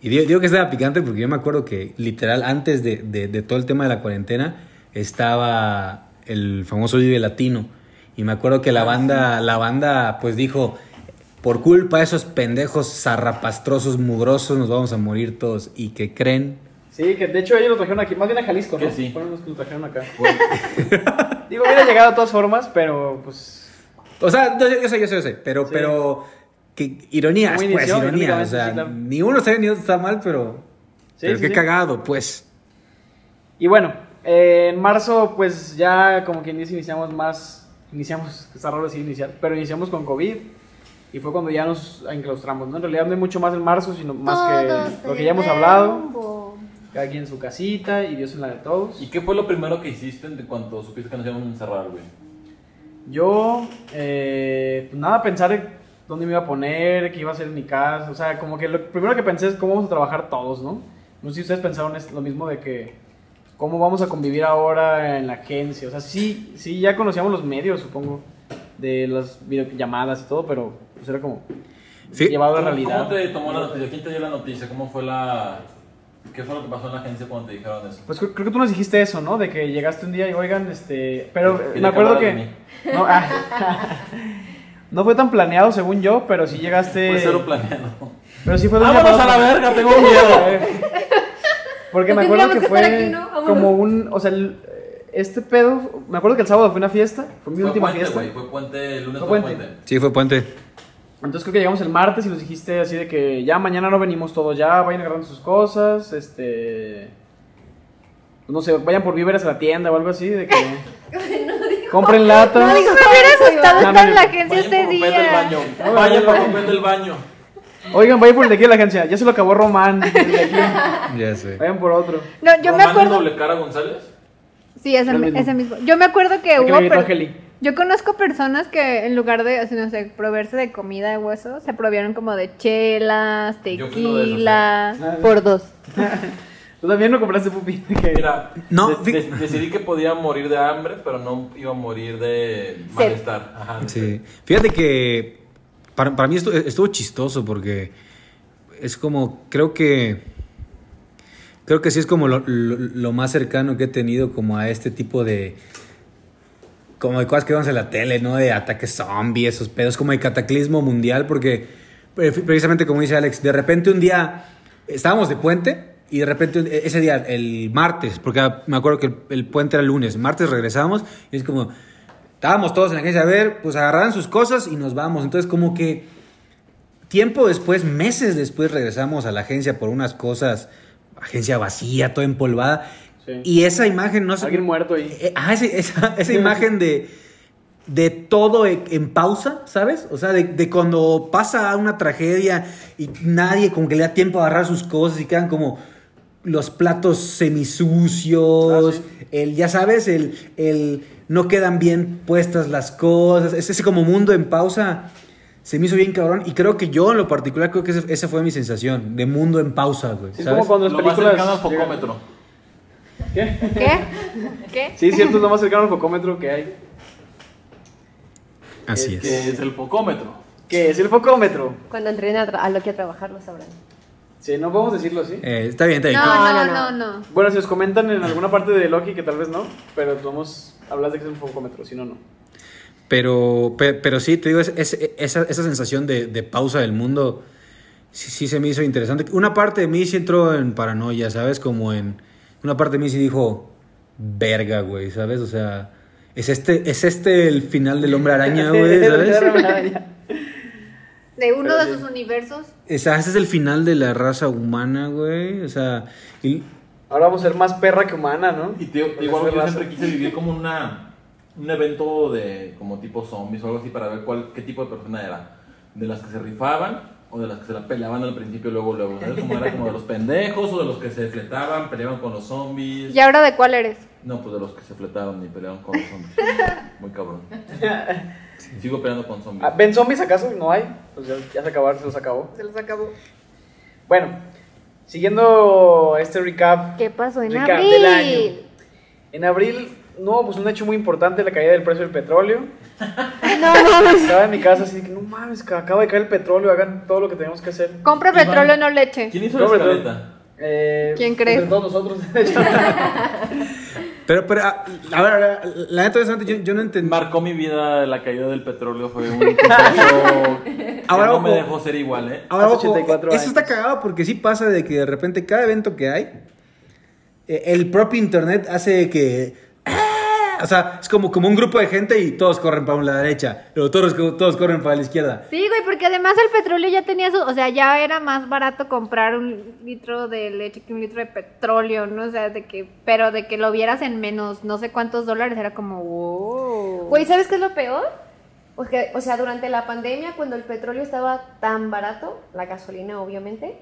Speaker 6: y digo, digo que estaba picante porque yo me acuerdo que literal antes de, de- de todo el tema de la cuarentena estaba el famoso Vive Latino. Y me acuerdo
Speaker 9: Ah,
Speaker 6: que la banda, la banda pues dijo, por culpa de esos pendejos zarrapastrosos, mugrosos, nos vamos a morir todos. ¿Y que creen?
Speaker 9: Sí, que de hecho ellos lo trajeron aquí, más bien a Jalisco, ¿no?
Speaker 8: Que sí.
Speaker 9: Fueron los que lo trajeron acá. Digo, hubiera llegado de todas formas, pero pues.
Speaker 6: O sea, no, yo, yo sé, yo sé, yo sé, pero,
Speaker 9: Sí.
Speaker 6: pero, que, ironías,
Speaker 9: Como
Speaker 6: pues,
Speaker 9: inició,
Speaker 6: ironías. O
Speaker 9: irónicamente,
Speaker 6: sea,
Speaker 9: sí, claro.
Speaker 6: ni uno sabe ni otro está mal, pero,
Speaker 9: Sí,
Speaker 6: pero
Speaker 9: sí,
Speaker 6: qué
Speaker 9: sí.
Speaker 6: cagado, pues.
Speaker 9: Y bueno, eh, en marzo, pues ya como quien dice, iniciamos más. Iniciamos, está raro decir iniciar, pero iniciamos con COVID. Y fue cuando ya nos enclaustramos, ¿no? En realidad no hay mucho más en marzo, sino más
Speaker 10: Todos
Speaker 9: que lo que ya hemos
Speaker 10: de
Speaker 9: hablado.
Speaker 10: rumbo.
Speaker 9: Cada quien en su casita y Dios en la de todos.
Speaker 8: ¿Y qué fue lo primero que hiciste en cuanto supiste que nos íbamos a encerrar, güey?
Speaker 9: Yo, eh, pues nada, pensar en dónde me iba a poner, qué iba a hacer en mi casa. O sea, como que lo primero que pensé es cómo vamos a trabajar todos, ¿no? No sé si ustedes pensaron es- lo mismo de que cómo vamos a convivir ahora en la agencia. O sea, sí, sí, ya conocíamos los medios, supongo, de las videollamadas y todo, pero pues era como
Speaker 6: Sí.
Speaker 9: llevado a la realidad.
Speaker 8: ¿Cómo te tomó la noticia? ¿Quién te dio la noticia? ¿Cómo fue la... ¿Qué fue lo que pasó en la agencia cuando te dijeron eso?
Speaker 9: Pues creo, creo que tú nos dijiste eso, ¿no? De que llegaste un día y oigan, este. Pero
Speaker 8: Quería
Speaker 9: eh, me acuerdo
Speaker 8: que
Speaker 9: que.
Speaker 8: hablaras
Speaker 9: (laughs) No, ah, (laughs) no fue tan planeado según yo, pero sí llegaste.
Speaker 8: Fue cero planeado.
Speaker 9: Pero sí Eh, fue de un día
Speaker 8: ¡Vámonos a
Speaker 9: para
Speaker 8: la
Speaker 9: otro.
Speaker 8: verga!
Speaker 9: (laughs)
Speaker 8: ¡Tengo miedo!
Speaker 9: Porque
Speaker 11: No
Speaker 9: me acuerdo que
Speaker 11: tendríamos
Speaker 9: fue
Speaker 11: que estar aquí, ¿no? Vámonos.
Speaker 9: como un. O sea, el- este pedo. Me acuerdo que el sábado fue una fiesta. Fue mi
Speaker 8: Fue
Speaker 9: última
Speaker 8: puente,
Speaker 9: fiesta.
Speaker 8: güey. Fue puente, el lunes
Speaker 9: Fue
Speaker 8: fue
Speaker 9: puente.
Speaker 8: puente.
Speaker 6: Sí, fue puente.
Speaker 9: Entonces creo que llegamos el martes y nos dijiste así de que ya mañana no venimos todos ya, vayan agarrando sus cosas, este no sé, vayan por víveres a la tienda o algo así de que compren lata.
Speaker 7: No, digo, me hubiera gustado
Speaker 9: No, no,
Speaker 7: estar en
Speaker 9: no.
Speaker 7: la agencia
Speaker 8: Vayan
Speaker 7: ese
Speaker 8: por papel del
Speaker 7: día.
Speaker 8: baño. Vayan por papel del baño.
Speaker 9: Oigan, vayan por el de aquí de la agencia, ya se lo acabó Román, el de aquí.
Speaker 6: Ya sé.
Speaker 9: vayan por otro.
Speaker 7: No, yo me
Speaker 8: Román de
Speaker 7: acuerdo.
Speaker 8: doble cara González?
Speaker 7: Sí, ese,
Speaker 9: Lo mismo.
Speaker 7: ese mismo. Yo me acuerdo que
Speaker 9: El que
Speaker 7: hubo.
Speaker 9: le gritó a
Speaker 7: per-
Speaker 9: Heli.
Speaker 7: Yo conozco personas que en lugar de, o sea, no sé, proveerse de comida de hueso, se provearon como de chelas,
Speaker 8: Yo fui uno de esos,
Speaker 7: tequila,
Speaker 9: ¿eh? Ah, sí.
Speaker 7: por dos.
Speaker 9: Tú también no compraste pupi. de que-
Speaker 8: Mira,
Speaker 6: No,
Speaker 8: de-
Speaker 6: fi-
Speaker 8: de- decidí que podía morir de hambre, pero no iba a morir de malestar. Ajá, de
Speaker 6: Sí.
Speaker 8: sed.
Speaker 6: Fíjate que para, para mí esto- e-, estuvo chistoso porque es como, creo que, creo que sí es como lo, lo- lo más cercano que he tenido como a este tipo de, como de cosas que vemos en la tele, ¿no? De ataques zombies, esos pedos, como de cataclismo mundial, porque eh, precisamente como dice Alex, de repente un día estábamos de puente y de repente un- e, ese día, el martes, porque ah, me acuerdo que el, el puente era el lunes, martes regresamos y es como, estábamos todos en la agencia, a ver, pues agarraran sus cosas y nos vamos. Entonces como que tiempo después, meses después, regresamos a la agencia por unas cosas, agencia vacía, toda empolvada.
Speaker 9: Sí.
Speaker 6: Y esa imagen no se...
Speaker 9: Alguien muerto ahí.
Speaker 6: Eh, ajá, ese- esa, (laughs) esa imagen de, de todo e- en pausa, ¿sabes? O sea, de, de cuando pasa una tragedia y nadie como que le da tiempo a agarrar sus cosas y quedan como los platos semisucios,
Speaker 9: Ah,
Speaker 6: el, ya sabes, el, el no quedan bien puestas las cosas, es ese como mundo en pausa. Se me hizo bien cabrón y creo que yo en lo particular creo que ese- esa fue mi sensación de mundo en pausa, güey.
Speaker 9: Sí, es
Speaker 6: ¿sabes?
Speaker 9: como cuando las
Speaker 8: Lo más
Speaker 9: películas
Speaker 8: cercano al
Speaker 9: llegan-
Speaker 8: focómetro.
Speaker 9: ¿Qué?
Speaker 7: ¿Qué? ¿Qué?
Speaker 9: Sí, cierto, es lo más cercano al focómetro que hay.
Speaker 6: Así
Speaker 8: Que es el focómetro.
Speaker 9: ¿Qué es el focómetro?
Speaker 10: Cuando entren a, tra- a Loki a trabajar lo sabrán.
Speaker 9: Sí, no podemos decirlo así.
Speaker 6: Eh, está bien, está bien.
Speaker 7: No, no,
Speaker 10: no,
Speaker 7: no,
Speaker 10: no.
Speaker 7: no.
Speaker 9: Bueno, si os comentan en alguna parte de Loki, que tal vez no, pero vamos a hablar de que es un focómetro, si no, no.
Speaker 6: Pero, pe- pero, sí, te digo, es, es- esa, esa sensación de, de pausa del mundo sí, sí se me hizo interesante. Una parte de mí sí entró en paranoia, ¿sabes? Como en... Una parte de mí sí dijo, verga, güey, ¿sabes? O sea, ¿es este, es este el final del hombre (laughs)
Speaker 9: (laughs)
Speaker 6: araña, güey? ¿Sabes?
Speaker 7: De uno
Speaker 9: Pero
Speaker 7: de
Speaker 9: sí.
Speaker 7: sus universos.
Speaker 6: (laughs) O sea, este es el final de la raza humana, güey. O sea, y-
Speaker 9: Ahora vamos a ser más perra que humana, ¿no?
Speaker 8: Y te,
Speaker 9: Con
Speaker 8: igual
Speaker 9: esa
Speaker 8: yo
Speaker 9: raza.
Speaker 8: siempre quise vivir como una un evento de como tipo zombies o algo así para ver cuál qué tipo de persona era, de las que se rifaban o de las que se la peleaban al principio luego luego, ¿sabes? Como era como de los pendejos o de los que se fletaban, peleaban con los zombies.
Speaker 7: ¿Y ahora de cuál eres?
Speaker 8: No, pues de los que se fletaron y pelearon con los zombies. Muy cabrón. Sigo peleando con zombies.
Speaker 9: Ah, ¿Ven zombies acaso? No hay. Pues ya, ya se acabaron, se los acabó.
Speaker 7: Se los acabó.
Speaker 9: Bueno, siguiendo este recap.
Speaker 4: ¿Qué pasó en
Speaker 9: recap
Speaker 4: abril?
Speaker 9: del año. En abril, no, pues un hecho muy importante, la caída del precio del petróleo.
Speaker 7: (laughs)
Speaker 9: No, no, Estaba en mi casa así de que no mames, que acaba de caer el petróleo, hagan todo lo que tenemos que hacer.
Speaker 7: Compra
Speaker 8: Iván.
Speaker 7: petróleo, no leche.
Speaker 8: ¿Quién hizo la
Speaker 9: Sobre todo-
Speaker 8: escaleta?
Speaker 9: Eh,
Speaker 7: ¿Quién
Speaker 9: entre
Speaker 7: crees?
Speaker 9: Todos nosotros, (laughs) de hecho.
Speaker 6: pero, pero, a, a ver, a ver, la neta es antes, yo, yo no entendí.
Speaker 8: Marcó mi vida la caída del petróleo, fue (laughs) un proceso que
Speaker 6: Ahora,
Speaker 8: no me
Speaker 6: ojo.
Speaker 8: dejó ser igual, ¿eh?
Speaker 6: Ahora,
Speaker 9: Hace
Speaker 6: ojo,
Speaker 9: 84
Speaker 6: eso está
Speaker 9: años.
Speaker 6: cagado porque sí pasa de que de repente cada evento que hay, eh, el propio internet hace que. ¡Ah! O sea, es como, como un grupo de gente y todos corren para la derecha. Luego todos, todos corren para la izquierda.
Speaker 7: Sí, güey, porque además el petróleo ya tenía su. O sea, ya era más barato comprar un litro de leche que un litro de petróleo, ¿no? O sea, de que. Pero de que lo vieras en menos no sé cuántos dólares, era como, wow.
Speaker 10: Güey, ¿sabes qué es lo peor? Porque, o sea, durante la pandemia, cuando el petróleo estaba tan barato, la gasolina obviamente,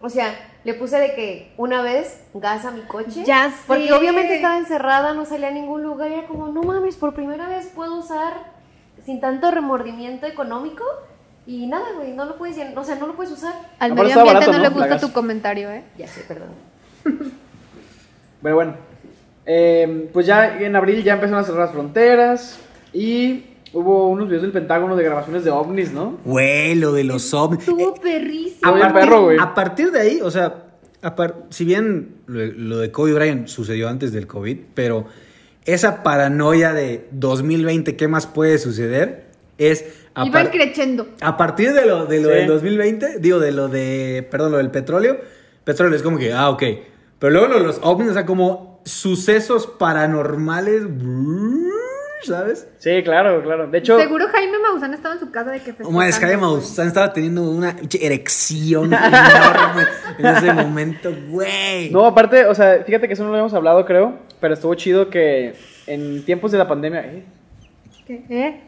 Speaker 10: o sea, le puse de que una vez gas a mi coche.
Speaker 7: Ya sé.
Speaker 10: Porque obviamente estaba encerrada, no salía a ningún lugar y era como, no mames, por primera vez puedo usar sin tanto remordimiento económico y nada, güey, no lo puedes llen- o sea, no lo puedes usar.
Speaker 7: Al
Speaker 9: Aparte
Speaker 7: medio
Speaker 9: estaba
Speaker 7: ambiente
Speaker 9: barato,
Speaker 7: no,
Speaker 9: ¿no?
Speaker 7: le
Speaker 9: La
Speaker 7: gusta
Speaker 9: gas.
Speaker 7: tu comentario, ¿eh?
Speaker 10: Ya sé, perdón.
Speaker 9: Pero bueno, eh, pues ya en abril ya empezaron a cerrar las fronteras y hubo unos videos del Pentágono de grabaciones de ovnis, ¿no?
Speaker 6: Güey, lo de los ovnis. Eh,
Speaker 7: Estuvo perrísimo.
Speaker 9: Estuvo bien perro, güey.
Speaker 6: a partir de ahí, o sea, a par- si bien lo, lo de Kobe Bryant sucedió antes del COVID, pero esa paranoia de 2020, ¿qué más puede suceder? Es a
Speaker 7: Iban
Speaker 6: par-
Speaker 7: creciendo.
Speaker 6: A partir de lo, de lo
Speaker 9: Sí.
Speaker 6: del 2020, digo, de lo de, perdón, lo del petróleo, petróleo es como que, ah, ok. Pero luego lo de los ovnis, o sea, como sucesos paranormales, ¿sabes?
Speaker 9: Sí, claro, claro. De hecho,
Speaker 7: Seguro Jaime Maussan estaba en su casa de que
Speaker 6: Oh, madre, es que
Speaker 7: festejando,
Speaker 6: Jaime
Speaker 7: güey.
Speaker 6: Maussan estaba teniendo una pinche erección (laughs) enorme en ese momento, güey.
Speaker 9: no, aparte, o sea, fíjate que eso no lo habíamos hablado, creo, pero estuvo chido que en tiempos de la pandemia, ¿eh?
Speaker 7: ¿Qué? ¿Eh?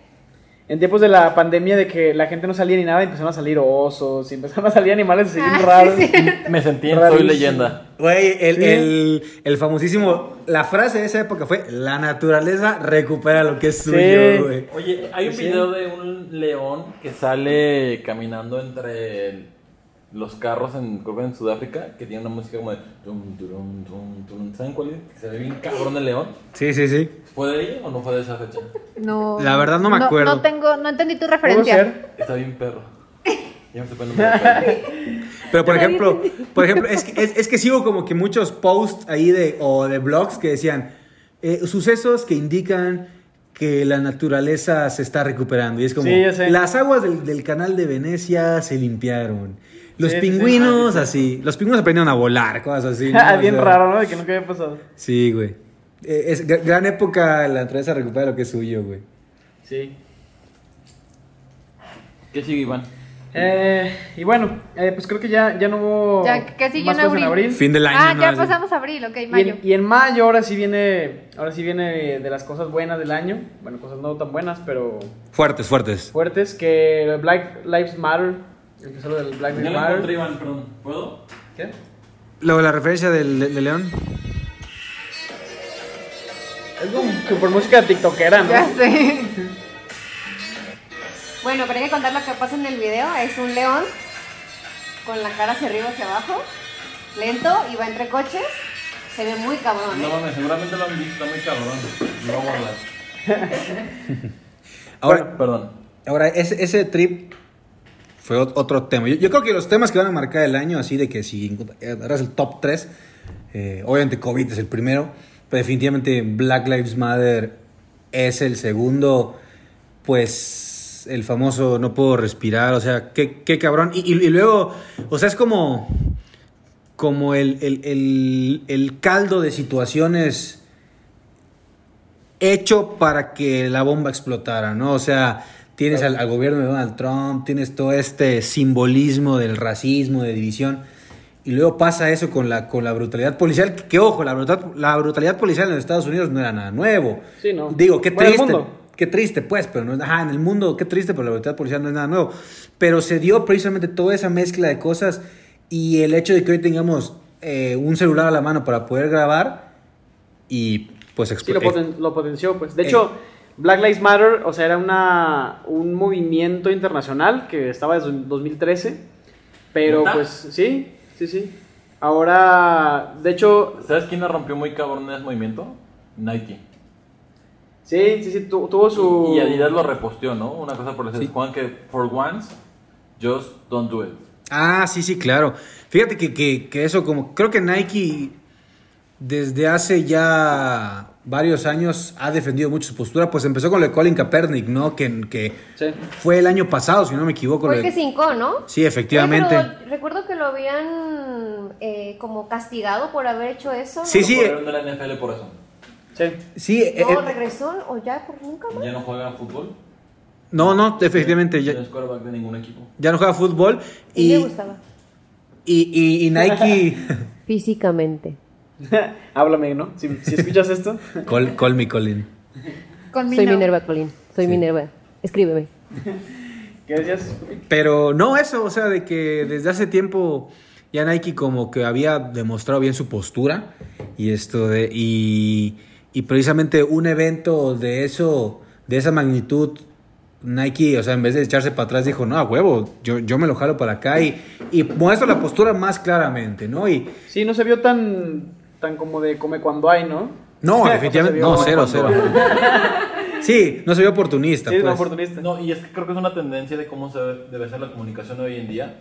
Speaker 9: en tiempos de la pandemia de que la gente no salía ni nada, empezaron a salir osos y empezaron a salir animales así bien raros.
Speaker 8: Me sentí en Soy
Speaker 9: Rarísimo.
Speaker 8: Leyenda.
Speaker 6: Güey, el,
Speaker 9: Sí.
Speaker 6: el, el famosísimo, la frase de esa época fue, la naturaleza recupera lo que es suyo, güey.
Speaker 8: Oye, hay un
Speaker 9: Sí.
Speaker 8: video de un león que sale caminando entre el- los carros en, creo que en Sudáfrica, que tiene una música como de... tum, turum, tum, turum. ¿Saben cuál es? Que se ve bien cabrón el león.
Speaker 6: Sí, sí, sí.
Speaker 8: ¿Fue de ahí o no fue de esa fecha?
Speaker 7: No.
Speaker 6: La verdad no me acuerdo.
Speaker 7: No, tengo, no entendí tu
Speaker 9: Pudo
Speaker 7: referencia.
Speaker 9: ser.
Speaker 8: Está bien perro. Ya me estoy poniendo muy perro.
Speaker 6: Pero por ejemplo, por ejemplo, es que, es, es que sigo como que muchos posts ahí de, o de blogs que decían eh, sucesos que indican que la naturaleza se está recuperando. Y es como,
Speaker 9: Sí, ya sé.
Speaker 6: las aguas del, del canal de Venecia se limpiaron. Los
Speaker 9: Sí, sí, sí.
Speaker 6: pingüinos así, los pingüinos aprendieron a volar, cosas
Speaker 9: (laughs)
Speaker 6: así. ¿no? O
Speaker 9: Ah, bien
Speaker 6: sea,
Speaker 9: raro, ¿no? De que nunca había pasado.
Speaker 6: Sí, güey. Eh, Es gr- gran época la naturaleza recupera lo que es suyo, güey.
Speaker 9: Sí.
Speaker 8: ¿Qué sigue, Iván?
Speaker 9: Eh, y bueno, eh, pues creo que ya, ya no hubo
Speaker 7: Ya, ¿qué siguió
Speaker 9: más
Speaker 7: en
Speaker 9: cosas
Speaker 7: abril?
Speaker 9: en abril.
Speaker 6: Fin del año.
Speaker 7: Ah,
Speaker 6: ¿no?
Speaker 7: ya
Speaker 6: Así.
Speaker 7: pasamos a abril, ok,
Speaker 9: Y
Speaker 7: mayo.
Speaker 9: en, y en mayo ahora sí viene, ahora sí viene de las cosas buenas del año, bueno, cosas no tan buenas, pero
Speaker 6: Fuertes, fuertes.
Speaker 9: fuertes, que Black Lives Matter, empezó lo del Black
Speaker 8: Ya
Speaker 9: Lives
Speaker 8: lo encontré,
Speaker 9: Matter.
Speaker 8: Iván, perdón. ¿Puedo?
Speaker 9: ¿Qué?
Speaker 6: Luego la referencia del, de León.
Speaker 9: Es como que por música tiktokera,
Speaker 7: Ya
Speaker 9: ¿no?
Speaker 7: sé.
Speaker 11: Bueno, pero hay que contar lo que pasa en el video. Es un león con la cara hacia arriba, hacia abajo, lento y va entre coches. Se ve muy cabrón.
Speaker 8: No
Speaker 11: ¿eh?
Speaker 8: mames, seguramente lo han visto, está muy cabrón. No voy a guardar.
Speaker 6: Ahora,
Speaker 8: Perdón.
Speaker 6: Ahora, ese, ese trip fue ot- otro tema. Yo, yo creo que los temas que van a marcar el año, así de que si encont- eh, agarras el top 3, obviamente COVID es el primero, pero definitivamente Black Lives Matter es el segundo, pues el famoso no puedo respirar, o sea, qué, qué cabrón. Y, y- y luego, o sea, es como, como el, el- el- el caldo de situaciones hecho para que la bomba explotara, ¿no? O sea, tienes al, al gobierno de Donald Trump, tienes todo este simbolismo del racismo, de división, y luego pasa eso con la, con la brutalidad policial, que, que, ojo, la brutalidad, la brutalidad policial en los Estados Unidos no era nada nuevo.
Speaker 9: Sí, no.
Speaker 6: Digo, qué
Speaker 9: Bueno, el
Speaker 6: triste.
Speaker 9: mundo.
Speaker 6: Qué triste, pues, pero no es, ajá, en el mundo, qué triste, pero la brutalidad policial no es nada nuevo. Pero se dio precisamente toda esa mezcla de cosas y el hecho de que hoy tengamos eh, un celular a la mano para poder grabar y pues
Speaker 9: Sí, lo,
Speaker 6: explo-
Speaker 9: poten- lo potenció, pues.
Speaker 6: Eh.
Speaker 9: De hecho, Black Lives Matter, o sea, era una, un movimiento internacional que estaba desde 2013, pero
Speaker 8: ¿Neta?
Speaker 9: pues sí, sí, sí. Ahora, de hecho,
Speaker 8: ¿Sabes quién la rompió muy cabrón en ese movimiento? Nike.
Speaker 9: sí, sí, sí, tu- tuvo su...
Speaker 8: Y Adidas lo reposteó, ¿no? Una cosa por decir,
Speaker 6: Sí.
Speaker 8: Juan, que for once, just don't do it.
Speaker 6: Ah, sí, sí, claro. Fíjate que, que- que eso como, creo que Nike desde hace ya varios años ha defendido mucho su postura, pues empezó con lo de Colin Kaepernick, ¿no? Que, que
Speaker 9: Sí.
Speaker 6: fue el año pasado, si no me equivoco. lo de-
Speaker 10: Porque cinco, ¿no?
Speaker 6: Sí, efectivamente.
Speaker 10: Oye, pero recuerdo que lo habían eh, como castigado por haber hecho eso.
Speaker 6: Sí,
Speaker 8: Lo
Speaker 6: sí,
Speaker 8: corrieron de la NFL por eso.
Speaker 9: Sí. (laughs)
Speaker 6: Sí, eh,
Speaker 10: No,
Speaker 6: eh,
Speaker 10: regresó o ya por nunca más.
Speaker 8: Ya no juega fútbol.
Speaker 6: no, no, efectivamente,
Speaker 8: No
Speaker 6: ya,
Speaker 8: es quarterback de ningún equipo.
Speaker 6: ya no juega fútbol.
Speaker 11: Y
Speaker 6: Y,
Speaker 11: le gustaba.
Speaker 6: y- y- y Nike. (laughs)
Speaker 11: Físicamente.
Speaker 9: Háblame, ¿no? Si, si
Speaker 8: (laughs)
Speaker 9: escuchas esto.
Speaker 6: call, call me, Colin.
Speaker 7: Con mi
Speaker 11: Soy
Speaker 7: no.
Speaker 11: Minerva Colín. Soy
Speaker 6: Sí.
Speaker 11: Minerva. Escríbeme.
Speaker 9: ¿Qué decías?
Speaker 6: Pero no eso, o sea, de que desde hace tiempo ya Nike como que había demostrado bien su postura y esto de y, y precisamente un evento de eso, de esa magnitud Nike, o sea, en vez de echarse para atrás dijo, "No, a huevo, yo, yo me lo jalo para acá y y muestro la postura más claramente, ¿no? Y
Speaker 9: Sí, no se vio tan, tan como de come cuando hay, (laughs) ¿no?
Speaker 6: no,
Speaker 9: O sea,
Speaker 6: definitivamente
Speaker 9: se vio
Speaker 6: no,
Speaker 9: como
Speaker 6: cero,
Speaker 9: cuando-
Speaker 6: cero.
Speaker 9: (laughs)
Speaker 6: Sí, no se vio oportunista,
Speaker 9: Sí, es
Speaker 6: pues.
Speaker 9: un oportunista.
Speaker 8: No, y es que creo que es una tendencia de cómo se debe- debe ser la comunicación hoy en día.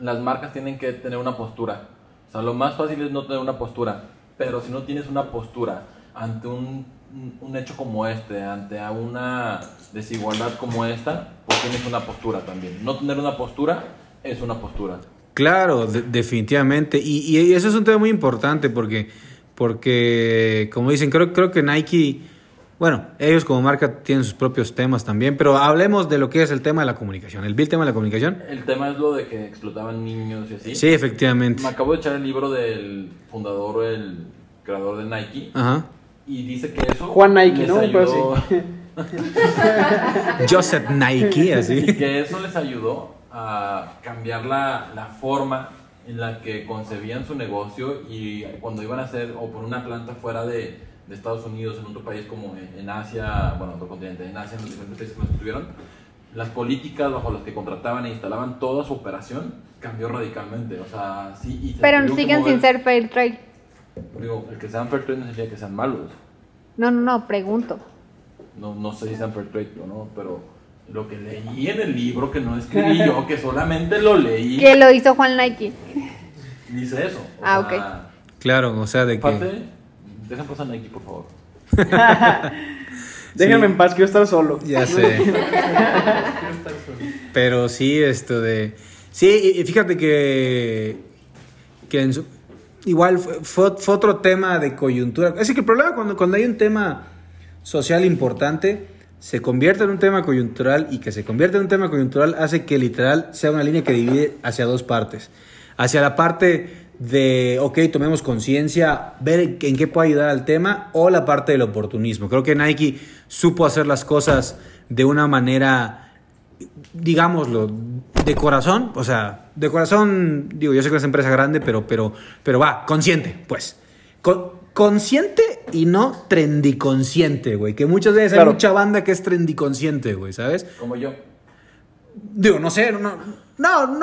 Speaker 8: Las marcas tienen que tener una postura. O sea, lo más fácil es no tener una postura. Pero si no tienes una postura ante un, un- un hecho como este, ante a una desigualdad como esta, pues tienes una postura también. No tener una postura es una postura.
Speaker 6: Claro, de- definitivamente. Y, y- y eso es un tema muy importante porque, porque como dicen, creo, creo que Nike, bueno, ellos como marca tienen sus propios temas también, pero hablemos de lo que es el tema de la comunicación, el vil tema de la comunicación.
Speaker 8: El tema es lo de que explotaban niños y así.
Speaker 6: Sí, efectivamente.
Speaker 8: Me acabo de echar el libro del fundador, el creador de Nike.
Speaker 6: Ajá.
Speaker 8: Y dice que eso.
Speaker 9: Ah. Juan Nike,
Speaker 8: les
Speaker 9: ¿no? Pero
Speaker 8: ayudó-
Speaker 6: Joseph Nike, así.
Speaker 8: (laughs) Y que eso les ayudó a cambiar la, la forma en la que concebían su negocio y cuando iban a hacer o por una planta fuera de, de Estados Unidos, en otro país como en, en Asia, bueno, otro continente, en Asia, en los diferentes países que nos estuvieron, las políticas bajo las que contrataban e instalaban toda su operación cambió radicalmente. O sea, sí, y se
Speaker 7: Pero
Speaker 8: tuvieron que
Speaker 7: siguen sin
Speaker 8: mover-
Speaker 7: ser fair trade.
Speaker 8: Digo, el que sean fair trade no significa que sean malos.
Speaker 7: No, no, no, pregunto.
Speaker 8: no, no sé si sean perfecto o no, pero lo que leí en el libro que
Speaker 7: (laughs)
Speaker 8: no escribí yo, que solamente lo leí,
Speaker 7: Que lo hizo Juan Nike.
Speaker 8: dice eso. O
Speaker 7: Ah,
Speaker 8: sea,
Speaker 6: Claro, o sea, de que...
Speaker 8: Aparte, dejen pasar a Nike, por favor.
Speaker 9: Déjenme
Speaker 6: Sí.
Speaker 9: en paz, quiero estar solo.
Speaker 6: Ya sé. Pero sí, esto de... Sí, y, y fíjate que... que en su- igual fue, fue- fue otro tema de coyuntura. Es que el problema cuando, cuando hay un tema social importante, se convierte en un tema coyuntural y que se convierte en un tema coyuntural hace que literal sea una línea que divide hacia dos partes. Hacia la parte de, ok, tomemos conciencia, ver en en qué puede ayudar al tema o la parte del oportunismo. Creo que Nike supo hacer las cosas de una manera digámoslo, de corazón, o sea, de corazón, digo, yo sé que es una empresa grande, pero, pero, pero va, consciente, pues. Con- consciente y no trendiconsciente, güey. Que muchas veces
Speaker 9: Claro.
Speaker 6: hay mucha banda que es trendiconsciente, güey, ¿sabes?
Speaker 8: Como yo.
Speaker 6: Digo, no sé, no, no, no, no,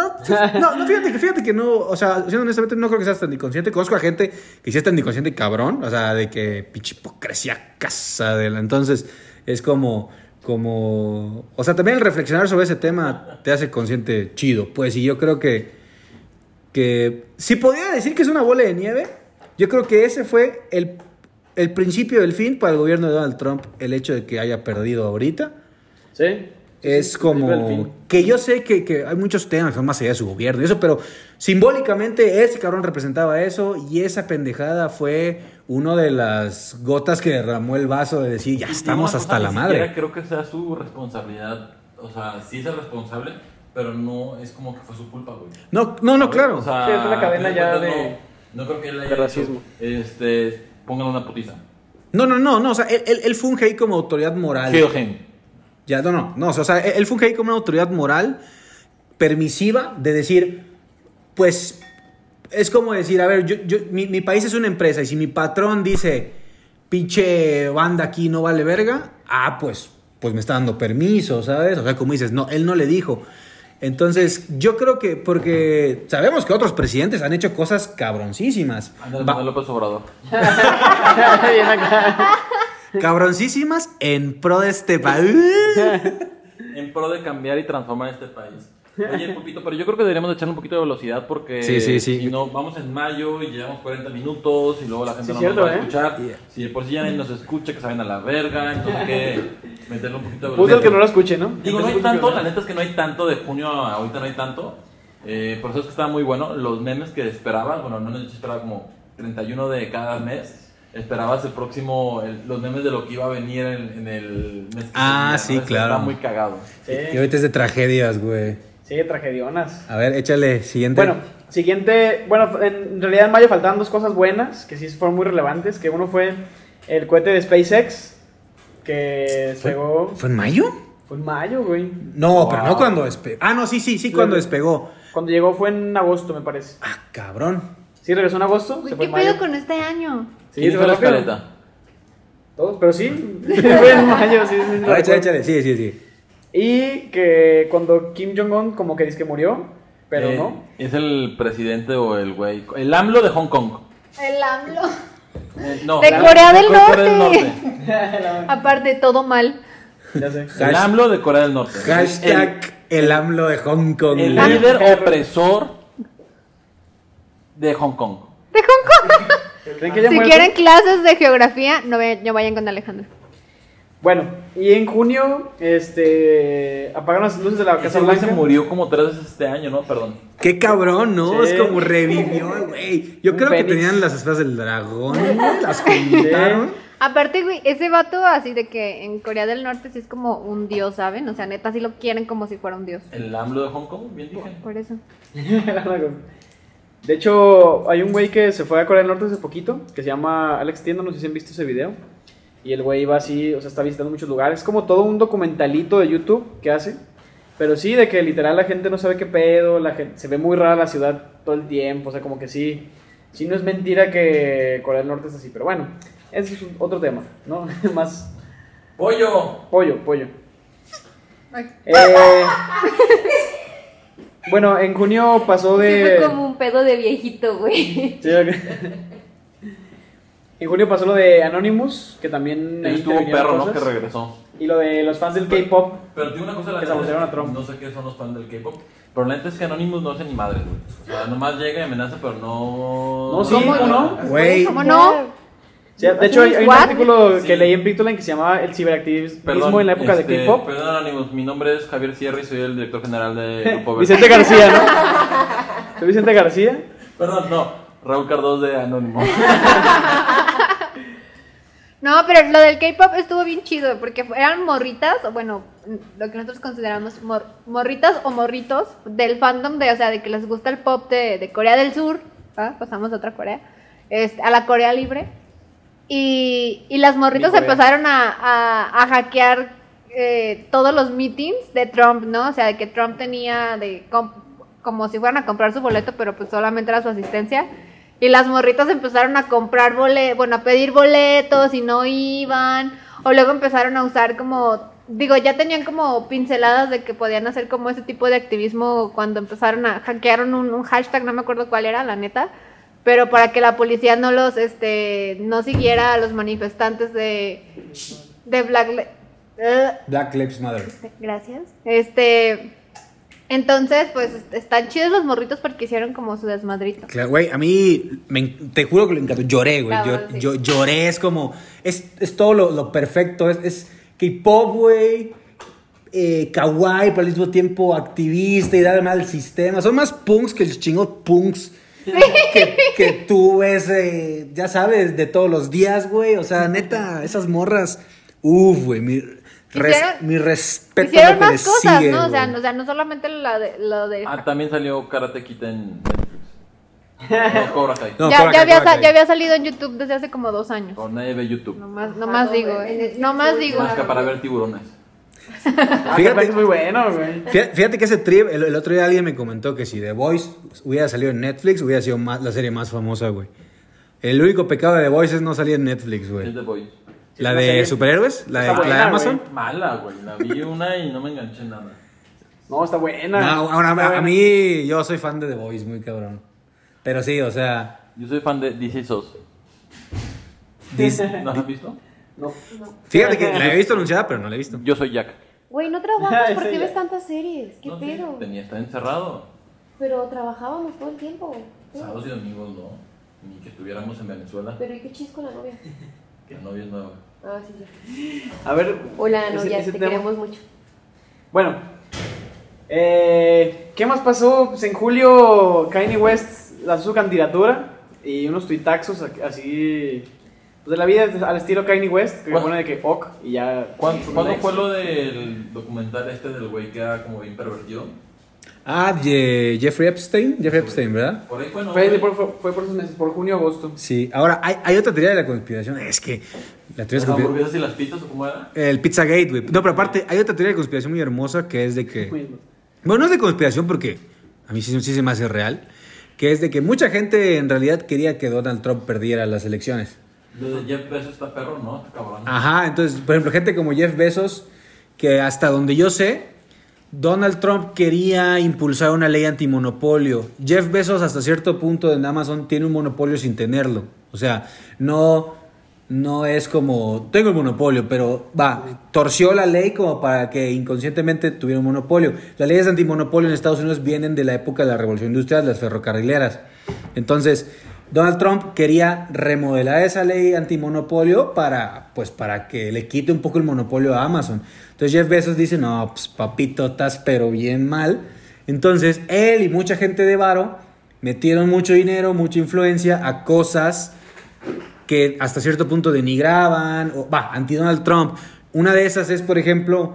Speaker 6: no, no, fíjate que, fíjate que no, o sea, siendo honestamente, no creo que seas tan inconsciente. Conozco a gente que sí es tan inconsciente, cabrón, o sea, de que pinche hipocresía casa de la. Entonces, es como, como, o sea, también el reflexionar sobre ese tema te hace consciente chido, pues, y yo creo que, que, si podía decir que es una bola de nieve, yo creo que ese fue el, el principio del fin para el gobierno de Donald Trump, el hecho de que haya perdido ahorita.
Speaker 9: Sí.
Speaker 6: Es
Speaker 9: el fin.
Speaker 6: como que yo sé que, que hay muchos temas que son más allá de su gobierno y eso, pero simbólicamente ese cabrón representaba eso y esa pendejada fue una de las gotas que derramó el vaso de decir ya
Speaker 8: Y
Speaker 6: estamos
Speaker 8: una
Speaker 6: hasta
Speaker 8: cosa,
Speaker 6: la
Speaker 8: ni
Speaker 6: madre.
Speaker 8: siquiera creo que sea su responsabilidad. O sea, sí es el responsable, pero no es como que fue su culpa, güey.
Speaker 6: No, no, no, claro.
Speaker 8: O sea,
Speaker 9: Sí, es una cadena
Speaker 8: a fin
Speaker 9: ya
Speaker 8: cuentas,
Speaker 9: de-
Speaker 8: No, no creo que él haya
Speaker 9: de
Speaker 8: hecho,
Speaker 9: racismo.
Speaker 8: este, pongan una putiza.
Speaker 6: No, no, no, no, o sea, él, él, él funge ahí como autoridad moral.
Speaker 8: Geogen.
Speaker 6: Ya, no, no, no, o sea, él, él funge ahí como una autoridad moral permisiva de decir, pues, es como decir, a ver, yo, yo- mi, mi país es una empresa y si mi patrón dice, pinche banda aquí no vale verga, ah, pues, pues me está dando permiso, ¿sabes? O sea, como dices, no, él no le dijo. Entonces, yo creo que, porque sabemos que otros presidentes han hecho cosas cabroncísimas.
Speaker 8: Andrés
Speaker 6: Va-
Speaker 8: Manuel López Obrador.
Speaker 9: Bien acá.
Speaker 6: cabroncísimas en pro de este país.
Speaker 8: en pro de cambiar y transformar este país. Oye, Pupito, pero yo creo que deberíamos de echarle un poquito de velocidad porque
Speaker 6: Sí, sí, sí.
Speaker 8: si no, vamos en mayo y llevamos 40 minutos y luego la gente
Speaker 9: Sí,
Speaker 8: no
Speaker 9: cierto,
Speaker 8: nos va
Speaker 9: ¿eh?
Speaker 8: a escuchar. Si de por sí ya nadie nos escucha, que saben a la verga, entonces hay que meterle un poquito
Speaker 9: (laughs)
Speaker 8: de
Speaker 9: Puse
Speaker 8: velocidad.
Speaker 9: el que no lo escuche, ¿no?
Speaker 8: Digo, no hay tanto, la neta es que no hay tanto de junio a ahorita, no hay tanto. Eh, por eso es que está muy bueno. Los memes que esperaba, bueno, no esperaba como 31 de cada mes. esperabas el próximo, el- los memes de lo que iba a venir en, en el mes que
Speaker 6: Ah,
Speaker 8: seguía,
Speaker 6: sí,
Speaker 8: Eso
Speaker 6: claro.
Speaker 8: Está muy cagado.
Speaker 6: Y ahorita es de tragedias, güey.
Speaker 9: Sí, tragedionas.
Speaker 6: A ver, échale, siguiente.
Speaker 9: Bueno, siguiente. Bueno, en realidad en mayo faltaban dos cosas buenas que sí fueron muy relevantes. Que uno fue el cohete de SpaceX que
Speaker 6: ¿Fue,
Speaker 9: llegó.
Speaker 6: ¿Fue en mayo?
Speaker 9: Fue en mayo, güey.
Speaker 6: No,
Speaker 9: Wow.
Speaker 6: pero no cuando despegó. Ah, no, sí, sí, sí, cuando despegó. Ah,
Speaker 9: Cuando llegó fue en agosto, me parece.
Speaker 6: Cabrón.
Speaker 9: Sí, regresó en agosto.
Speaker 7: Uy,
Speaker 9: se
Speaker 7: ¿Qué
Speaker 9: fue en mayo.
Speaker 7: pedo con este año?
Speaker 9: Sí,
Speaker 8: ¿Quién hizo
Speaker 9: se fue
Speaker 8: la
Speaker 9: rápido.
Speaker 8: escaleta?
Speaker 9: Todos, pero sí. (laughs) fue en mayo, sí, sí. sí, lo
Speaker 6: A ver, échale,
Speaker 9: recuerdo.
Speaker 6: échale, sí, sí, sí.
Speaker 9: Y que cuando Kim Jong-un como que dice que murió, pero
Speaker 8: Eh,
Speaker 9: no.
Speaker 8: Es el presidente o el güey. El AMLO de Hong Kong.
Speaker 7: El AMLO.
Speaker 8: Eh, no,
Speaker 7: De
Speaker 8: el-
Speaker 7: Corea
Speaker 8: de
Speaker 7: del Norte.
Speaker 9: (laughs)
Speaker 8: Norte.
Speaker 7: (laughs) Aparte, todo mal.
Speaker 6: (laughs)
Speaker 9: Ya sé.
Speaker 8: El AMLO de Corea del Norte.
Speaker 6: Hashtag el, AMLO de Hong Kong.
Speaker 8: El, el
Speaker 7: Ah,
Speaker 6: güey.
Speaker 8: líder opresor de Hong Kong.
Speaker 7: De Hong Kong.
Speaker 9: ¿Creen que haya
Speaker 7: Si
Speaker 9: muerto?
Speaker 7: quieren clases de geografía, no, ve- no vayan con Alejandro.
Speaker 9: Bueno, y en junio, este, apagaron las luces de la Casa
Speaker 8: Ese güey
Speaker 9: Blanca.
Speaker 8: se murió como tres veces este año, ¿no? Perdón.
Speaker 6: Qué cabrón, ¿no?
Speaker 9: Sí.
Speaker 6: Es como revivió, güey. Yo
Speaker 9: Un
Speaker 6: creo
Speaker 9: fénix.
Speaker 6: que tenían las esferas del dragón, güey, Las juntaron.
Speaker 7: Aparte, güey, ese vato así de que en Corea del Norte sí es como un dios, ¿saben? O sea, neta, sí lo quieren como si fuera un dios.
Speaker 8: El AMLO de Hong Kong, bien dije.
Speaker 7: Por eso.
Speaker 9: (laughs) De hecho, hay un güey que se fue a Corea del Norte hace poquito, que se llama Alex Tienda, no sé si han visto ese video. Y el güey va así, o sea, está visitando muchos lugares. Es como todo un documentalito de YouTube que hace. Pero sí, de que literal la gente no sabe qué pedo, la gente, se ve muy rara la ciudad todo el tiempo, o sea, como que sí. Sí, no es mentira que Corea del Norte es así, pero bueno, ese es un- otro tema, ¿no? (laughs) Más
Speaker 8: ¡Pollo!
Speaker 9: Pollo, pollo. Eh, bueno, en junio pasó
Speaker 10: Fue
Speaker 9: de.
Speaker 10: como un pedo de viejito, güey.
Speaker 9: Sí, ok. En junio pasó lo de Anonymous, que también. ahí
Speaker 8: Estuvo
Speaker 9: intervinieron
Speaker 8: perro, ¿no? Que
Speaker 9: cosas.
Speaker 8: regresó.
Speaker 9: Y lo de los fans del K-pop.
Speaker 8: Pero tiene una cosa
Speaker 9: Que
Speaker 8: de
Speaker 9: sabotearon
Speaker 8: la
Speaker 9: a Trump.
Speaker 8: No sé qué son los fans del K-pop. Pero la neta es que Anonymous no hace ni madre, güey. O sea, nomás llega y amenaza, pero no.
Speaker 9: No, sí, ¿cómo no?
Speaker 6: Güey.
Speaker 7: ¿Cómo no?
Speaker 9: Sí, de hecho, hay, hay un
Speaker 7: ¿What?
Speaker 9: artículo
Speaker 8: Sí.
Speaker 9: que leí en Pictoline que se llamaba El ciberactivismo
Speaker 8: Perdón,
Speaker 9: en la época
Speaker 8: este,
Speaker 9: de K-pop.
Speaker 8: Perdón, Anonymous. Mi nombre es Javier Sierra y soy el director general
Speaker 9: (laughs)
Speaker 8: de Grupo Verde.
Speaker 9: Vicente García,
Speaker 8: (laughs)
Speaker 9: ¿no? Soy Vicente García.
Speaker 8: Perdón, no. Raúl Cardos de
Speaker 9: (laughs)
Speaker 8: Anonymous.
Speaker 7: No, pero lo del K-pop estuvo bien chido, porque fu- eran morritas, o bueno, lo que nosotros consideramos mor- morritas o morritos del fandom de, o sea, de que les gusta el pop de, de Corea del Sur, ¿va? pasamos a otra Corea, este, a la Corea Libre, y, y las morritas
Speaker 9: Mi Corea.
Speaker 7: empezaron a, a- a hackear eh, todos los meetings de Trump, ¿no? O sea, de que Trump tenía de com- como si fueran a comprar su boleto, pero pues solamente era su asistencia. Y las morritas empezaron a comprar boletos, bueno, a pedir boletos y no iban. O luego empezaron a usar como, digo, ya tenían como pinceladas de que podían hacer como ese tipo de activismo cuando empezaron a, hackearon un, un hashtag, no me acuerdo cuál era, la neta. Pero para que la policía no los, este, no siguiera a los manifestantes de, de Black... Li- Ugh.
Speaker 6: Black Lives Matter.
Speaker 7: Gracias. Este. Entonces, pues est- están chidos los morritos porque hicieron como su desmadrito.
Speaker 6: Claro, güey, a mí me en- te juro que lo encantó. Lloré, güey.
Speaker 7: Cabrón,
Speaker 6: Yo-
Speaker 7: sí.
Speaker 6: yo, lloré, es como. Es, es todo lo, lo perfecto. Es, es K-pop, güey. Eh, kawaii, pero al mismo tiempo activista y da mal al sistema. Son más punks que los chingos punks
Speaker 7: (laughs)
Speaker 6: que, que tú ves, eh, ya sabes, de todos los días, güey. O sea, neta, esas morras. Uf, güey. Mi, res-
Speaker 7: Hicieron-
Speaker 6: mi respeto. a lo
Speaker 7: hicieron
Speaker 6: que
Speaker 7: más
Speaker 6: les
Speaker 7: cosas,
Speaker 6: sigue,
Speaker 7: ¿no? O sea,
Speaker 6: güey.
Speaker 7: no, o sea, no solamente la de- lo de.
Speaker 8: Ah, también salió Karate Kid en Netflix. No, Cobra Kai.
Speaker 6: No,
Speaker 7: ya,
Speaker 6: Cobra
Speaker 7: ya
Speaker 6: Kai,
Speaker 7: había,
Speaker 6: Cobra
Speaker 7: sa-
Speaker 6: Kai.
Speaker 7: ya había salido en YouTube desde hace como dos años.
Speaker 8: Por nadie ve YouTube.
Speaker 7: Nomás, no
Speaker 10: Ah,
Speaker 7: más
Speaker 10: no,
Speaker 7: digo,
Speaker 10: güey, en
Speaker 7: ¿eh?
Speaker 10: Netflix
Speaker 7: No más
Speaker 10: no
Speaker 7: digo.
Speaker 8: Más que para ver tiburones.
Speaker 9: Ah,
Speaker 6: Fíjate.
Speaker 9: es muy bueno, güey.
Speaker 6: Fía- Fíjate que ese trip, el, el otro día alguien me comentó que si The Voice hubiera salido en Netflix, hubiera sido más, la serie más famosa, güey. El único pecado de The Voice es no salir en Netflix,
Speaker 8: Es
Speaker 6: güey.
Speaker 8: de Boys.
Speaker 6: La
Speaker 9: es una
Speaker 6: de
Speaker 9: serie.
Speaker 6: superhéroes, la de,
Speaker 9: Está
Speaker 6: la de
Speaker 9: buena,
Speaker 6: Amazon.
Speaker 8: Mala, güey. La vi una y no me enganché en nada.
Speaker 9: No, está buena.
Speaker 6: No, ahora
Speaker 9: Está
Speaker 6: a, a
Speaker 9: buena.
Speaker 6: mí, yo soy fan de The Voice, muy cabrón. Pero sí, o sea,
Speaker 8: Yo soy fan de DC SOS.
Speaker 6: dis-
Speaker 9: (laughs)
Speaker 8: ¿No has visto?
Speaker 9: No.
Speaker 6: fíjate que la he visto anunciada, pero no la he visto.
Speaker 8: Yo soy Jack.
Speaker 10: Güey, no trabajas, ¿por
Speaker 9: Ese
Speaker 10: qué
Speaker 9: ya.
Speaker 10: ves tantas series? ¿Qué
Speaker 8: No, sí,
Speaker 10: pedo?
Speaker 8: Tenía, está encerrado.
Speaker 10: Pero trabajábamos todo el tiempo, güey.
Speaker 8: Sábados y domingos no. Ni que estuviéramos en Venezuela.
Speaker 10: Pero ¿y qué chis con la novia?
Speaker 8: La novia es nueva.
Speaker 10: Ah, sí, sí.
Speaker 9: A ver.
Speaker 10: Hola,
Speaker 9: ese-
Speaker 10: novia,
Speaker 9: ese
Speaker 10: te
Speaker 9: tema.
Speaker 10: queremos mucho.
Speaker 9: Bueno, eh, ¿qué más pasó? Pues en julio Kanye West lanzó su candidatura y unos tuitaxos a- así Pues de la vida al estilo Kanye West, que
Speaker 8: ¿Cuál?
Speaker 9: pone de que ok y ya.
Speaker 8: ¿Cuándo, cuándo
Speaker 9: next.
Speaker 8: fue lo del documental este del güey que era como bien pervertido?
Speaker 6: Ah, de Jeffrey Epstein. Jeffrey Epstein, ¿verdad?
Speaker 8: Por ahí fue, ¿no?
Speaker 9: Fue,
Speaker 8: güey?
Speaker 9: por- fue- fue por esos meses, por junio agosto.
Speaker 6: Sí. Ahora, hay, hay otra teoría de la conspiración. Es que la teoría
Speaker 8: ¿Las
Speaker 6: de la conspiración...
Speaker 8: hamburguesas y las pizzas o cómo era?
Speaker 6: El Pizza Gate, güey. No, pero aparte, hay otra teoría de conspiración muy hermosa que es de que... Bueno, no es de conspiración porque a mí sí, sí se me hace real. Que es de que mucha gente en realidad quería que Donald Trump perdiera las elecciones.
Speaker 8: Lo de Jeff Bezos está perro, ¿no? Está cabrón.
Speaker 9: Ah.
Speaker 6: Ajá, entonces, por ejemplo, gente como Jeff Bezos, que hasta donde yo sé, Donald Trump quería impulsar una ley antimonopolio. Jeff Bezos hasta cierto punto en Amazon tiene un monopolio sin tenerlo. O sea, no, no es como, tengo el monopolio, pero va, torció la ley como para que inconscientemente tuviera un monopolio. Las leyes de antimonopolio en Estados Unidos vienen de la época de la Revolución Industrial, las ferrocarrileras. Entonces, Donald Trump quería remodelar esa ley antimonopolio para, pues, para que le quite un poco el monopolio a Amazon. Entonces Jeff Bezos dice, no, pues, papito, estás pero bien mal. Entonces él y mucha gente de Varo metieron mucho dinero, mucha influencia a cosas que hasta cierto punto denigraban, o va, anti-Donald Trump. Una de esas es, por ejemplo,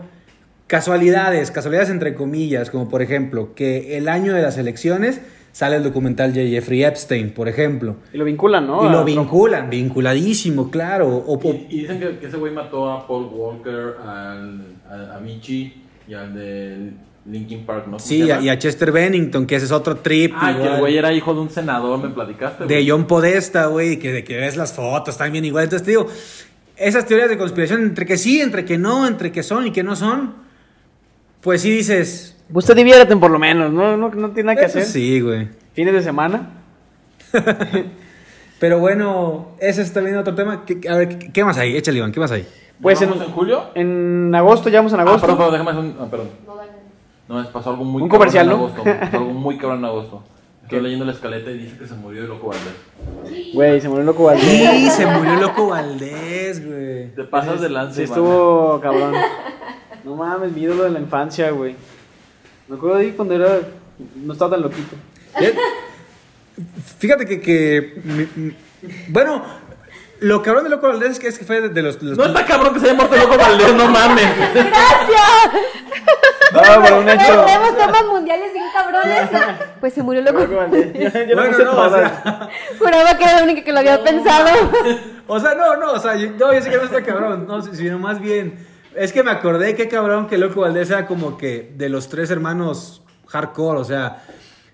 Speaker 6: casualidades, casualidades entre comillas, como por ejemplo, que el año de las elecciones sale el documental de Jeffrey Epstein, por ejemplo.
Speaker 9: Y lo vinculan, ¿no?
Speaker 6: y
Speaker 9: A
Speaker 6: lo
Speaker 9: Trump.
Speaker 6: vinculan, vinculadísimo, claro. O, o-
Speaker 8: Y, y dicen que, que ese güey mató a Paul Walker, al, a, a Michi y al de Linkin Park, ¿no? ¿Cómo
Speaker 6: sí,
Speaker 8: se
Speaker 6: y a,
Speaker 8: llama?
Speaker 6: y a Chester Bennington, que ese es otro trip.
Speaker 8: Ah, que el
Speaker 6: igual.
Speaker 8: güey era hijo de un senador, me platicaste.
Speaker 6: de
Speaker 8: güey.
Speaker 6: John Podesta, güey, que, de que ves las fotos también igual. Entonces, te digo, esas teorías de conspiración, entre que sí, entre que no, entre que son y que no son, pues sí dices.
Speaker 9: Usted diviérten por lo menos, no, no, no tiene nada que
Speaker 6: "Eso
Speaker 9: hacer.
Speaker 6: Sí, güey.
Speaker 9: Fines de semana.
Speaker 6: Pero bueno, ese es también otro tema. ¿Qué- A ver, ¿qué- ¿qué más hay? Échale, Iván, ¿qué más hay?
Speaker 9: Pues en,
Speaker 8: ¿Vamos en julio?
Speaker 9: en agosto, ya vamos en
Speaker 8: Ah,
Speaker 9: agosto.
Speaker 8: perdón, perdón, déjame hacer un... ah, perdón.
Speaker 10: No dan-
Speaker 8: No, es pasó algo muy
Speaker 9: Un
Speaker 8: cabrón
Speaker 9: comercial,
Speaker 8: en
Speaker 9: ¿no?
Speaker 8: agosto. Pasó algo muy cabrón en
Speaker 9: (laughs)
Speaker 8: agosto. Estoy leyendo la escaleta y dice que se murió de loco Valdés.
Speaker 9: Güey, se murió loco Valdés.
Speaker 6: Sí, se murió loco Valdés, güey.
Speaker 8: Te pasas de lanza,
Speaker 9: Sí,
Speaker 8: Iván.
Speaker 9: estuvo cabrón. (laughs) No mames, mi ídolo de la infancia, güey. Me acuerdo de ahí cuando era. No estaba
Speaker 6: (laughs)
Speaker 9: tan loquito.
Speaker 6: Eh, Fíjate que. que mm, mm, bueno, lo cabrón de loco Valdés es que, es que fue de, de los. de los-
Speaker 8: No está Ah, cabrón que se haya muerto loco Valdés, no mames.
Speaker 9: No, por Ah, un hecho.
Speaker 11: Tenemos temas mundiales bien cabrones. Pues se murió
Speaker 9: Loco
Speaker 11: loco.
Speaker 9: Valdés. Yo- yo no
Speaker 6: Bueno,
Speaker 9: quise
Speaker 6: no, o
Speaker 9: pasar.
Speaker 6: sea-
Speaker 11: Juraba que era la única que lo había pensado.
Speaker 6: (laughs) O sea, no, no, o sea, yo, no, yo sé que no está cabrón, no, si- sino más bien. Es que me acordé que cabrón que Loco Valdés era como que de los tres hermanos hardcore, o sea,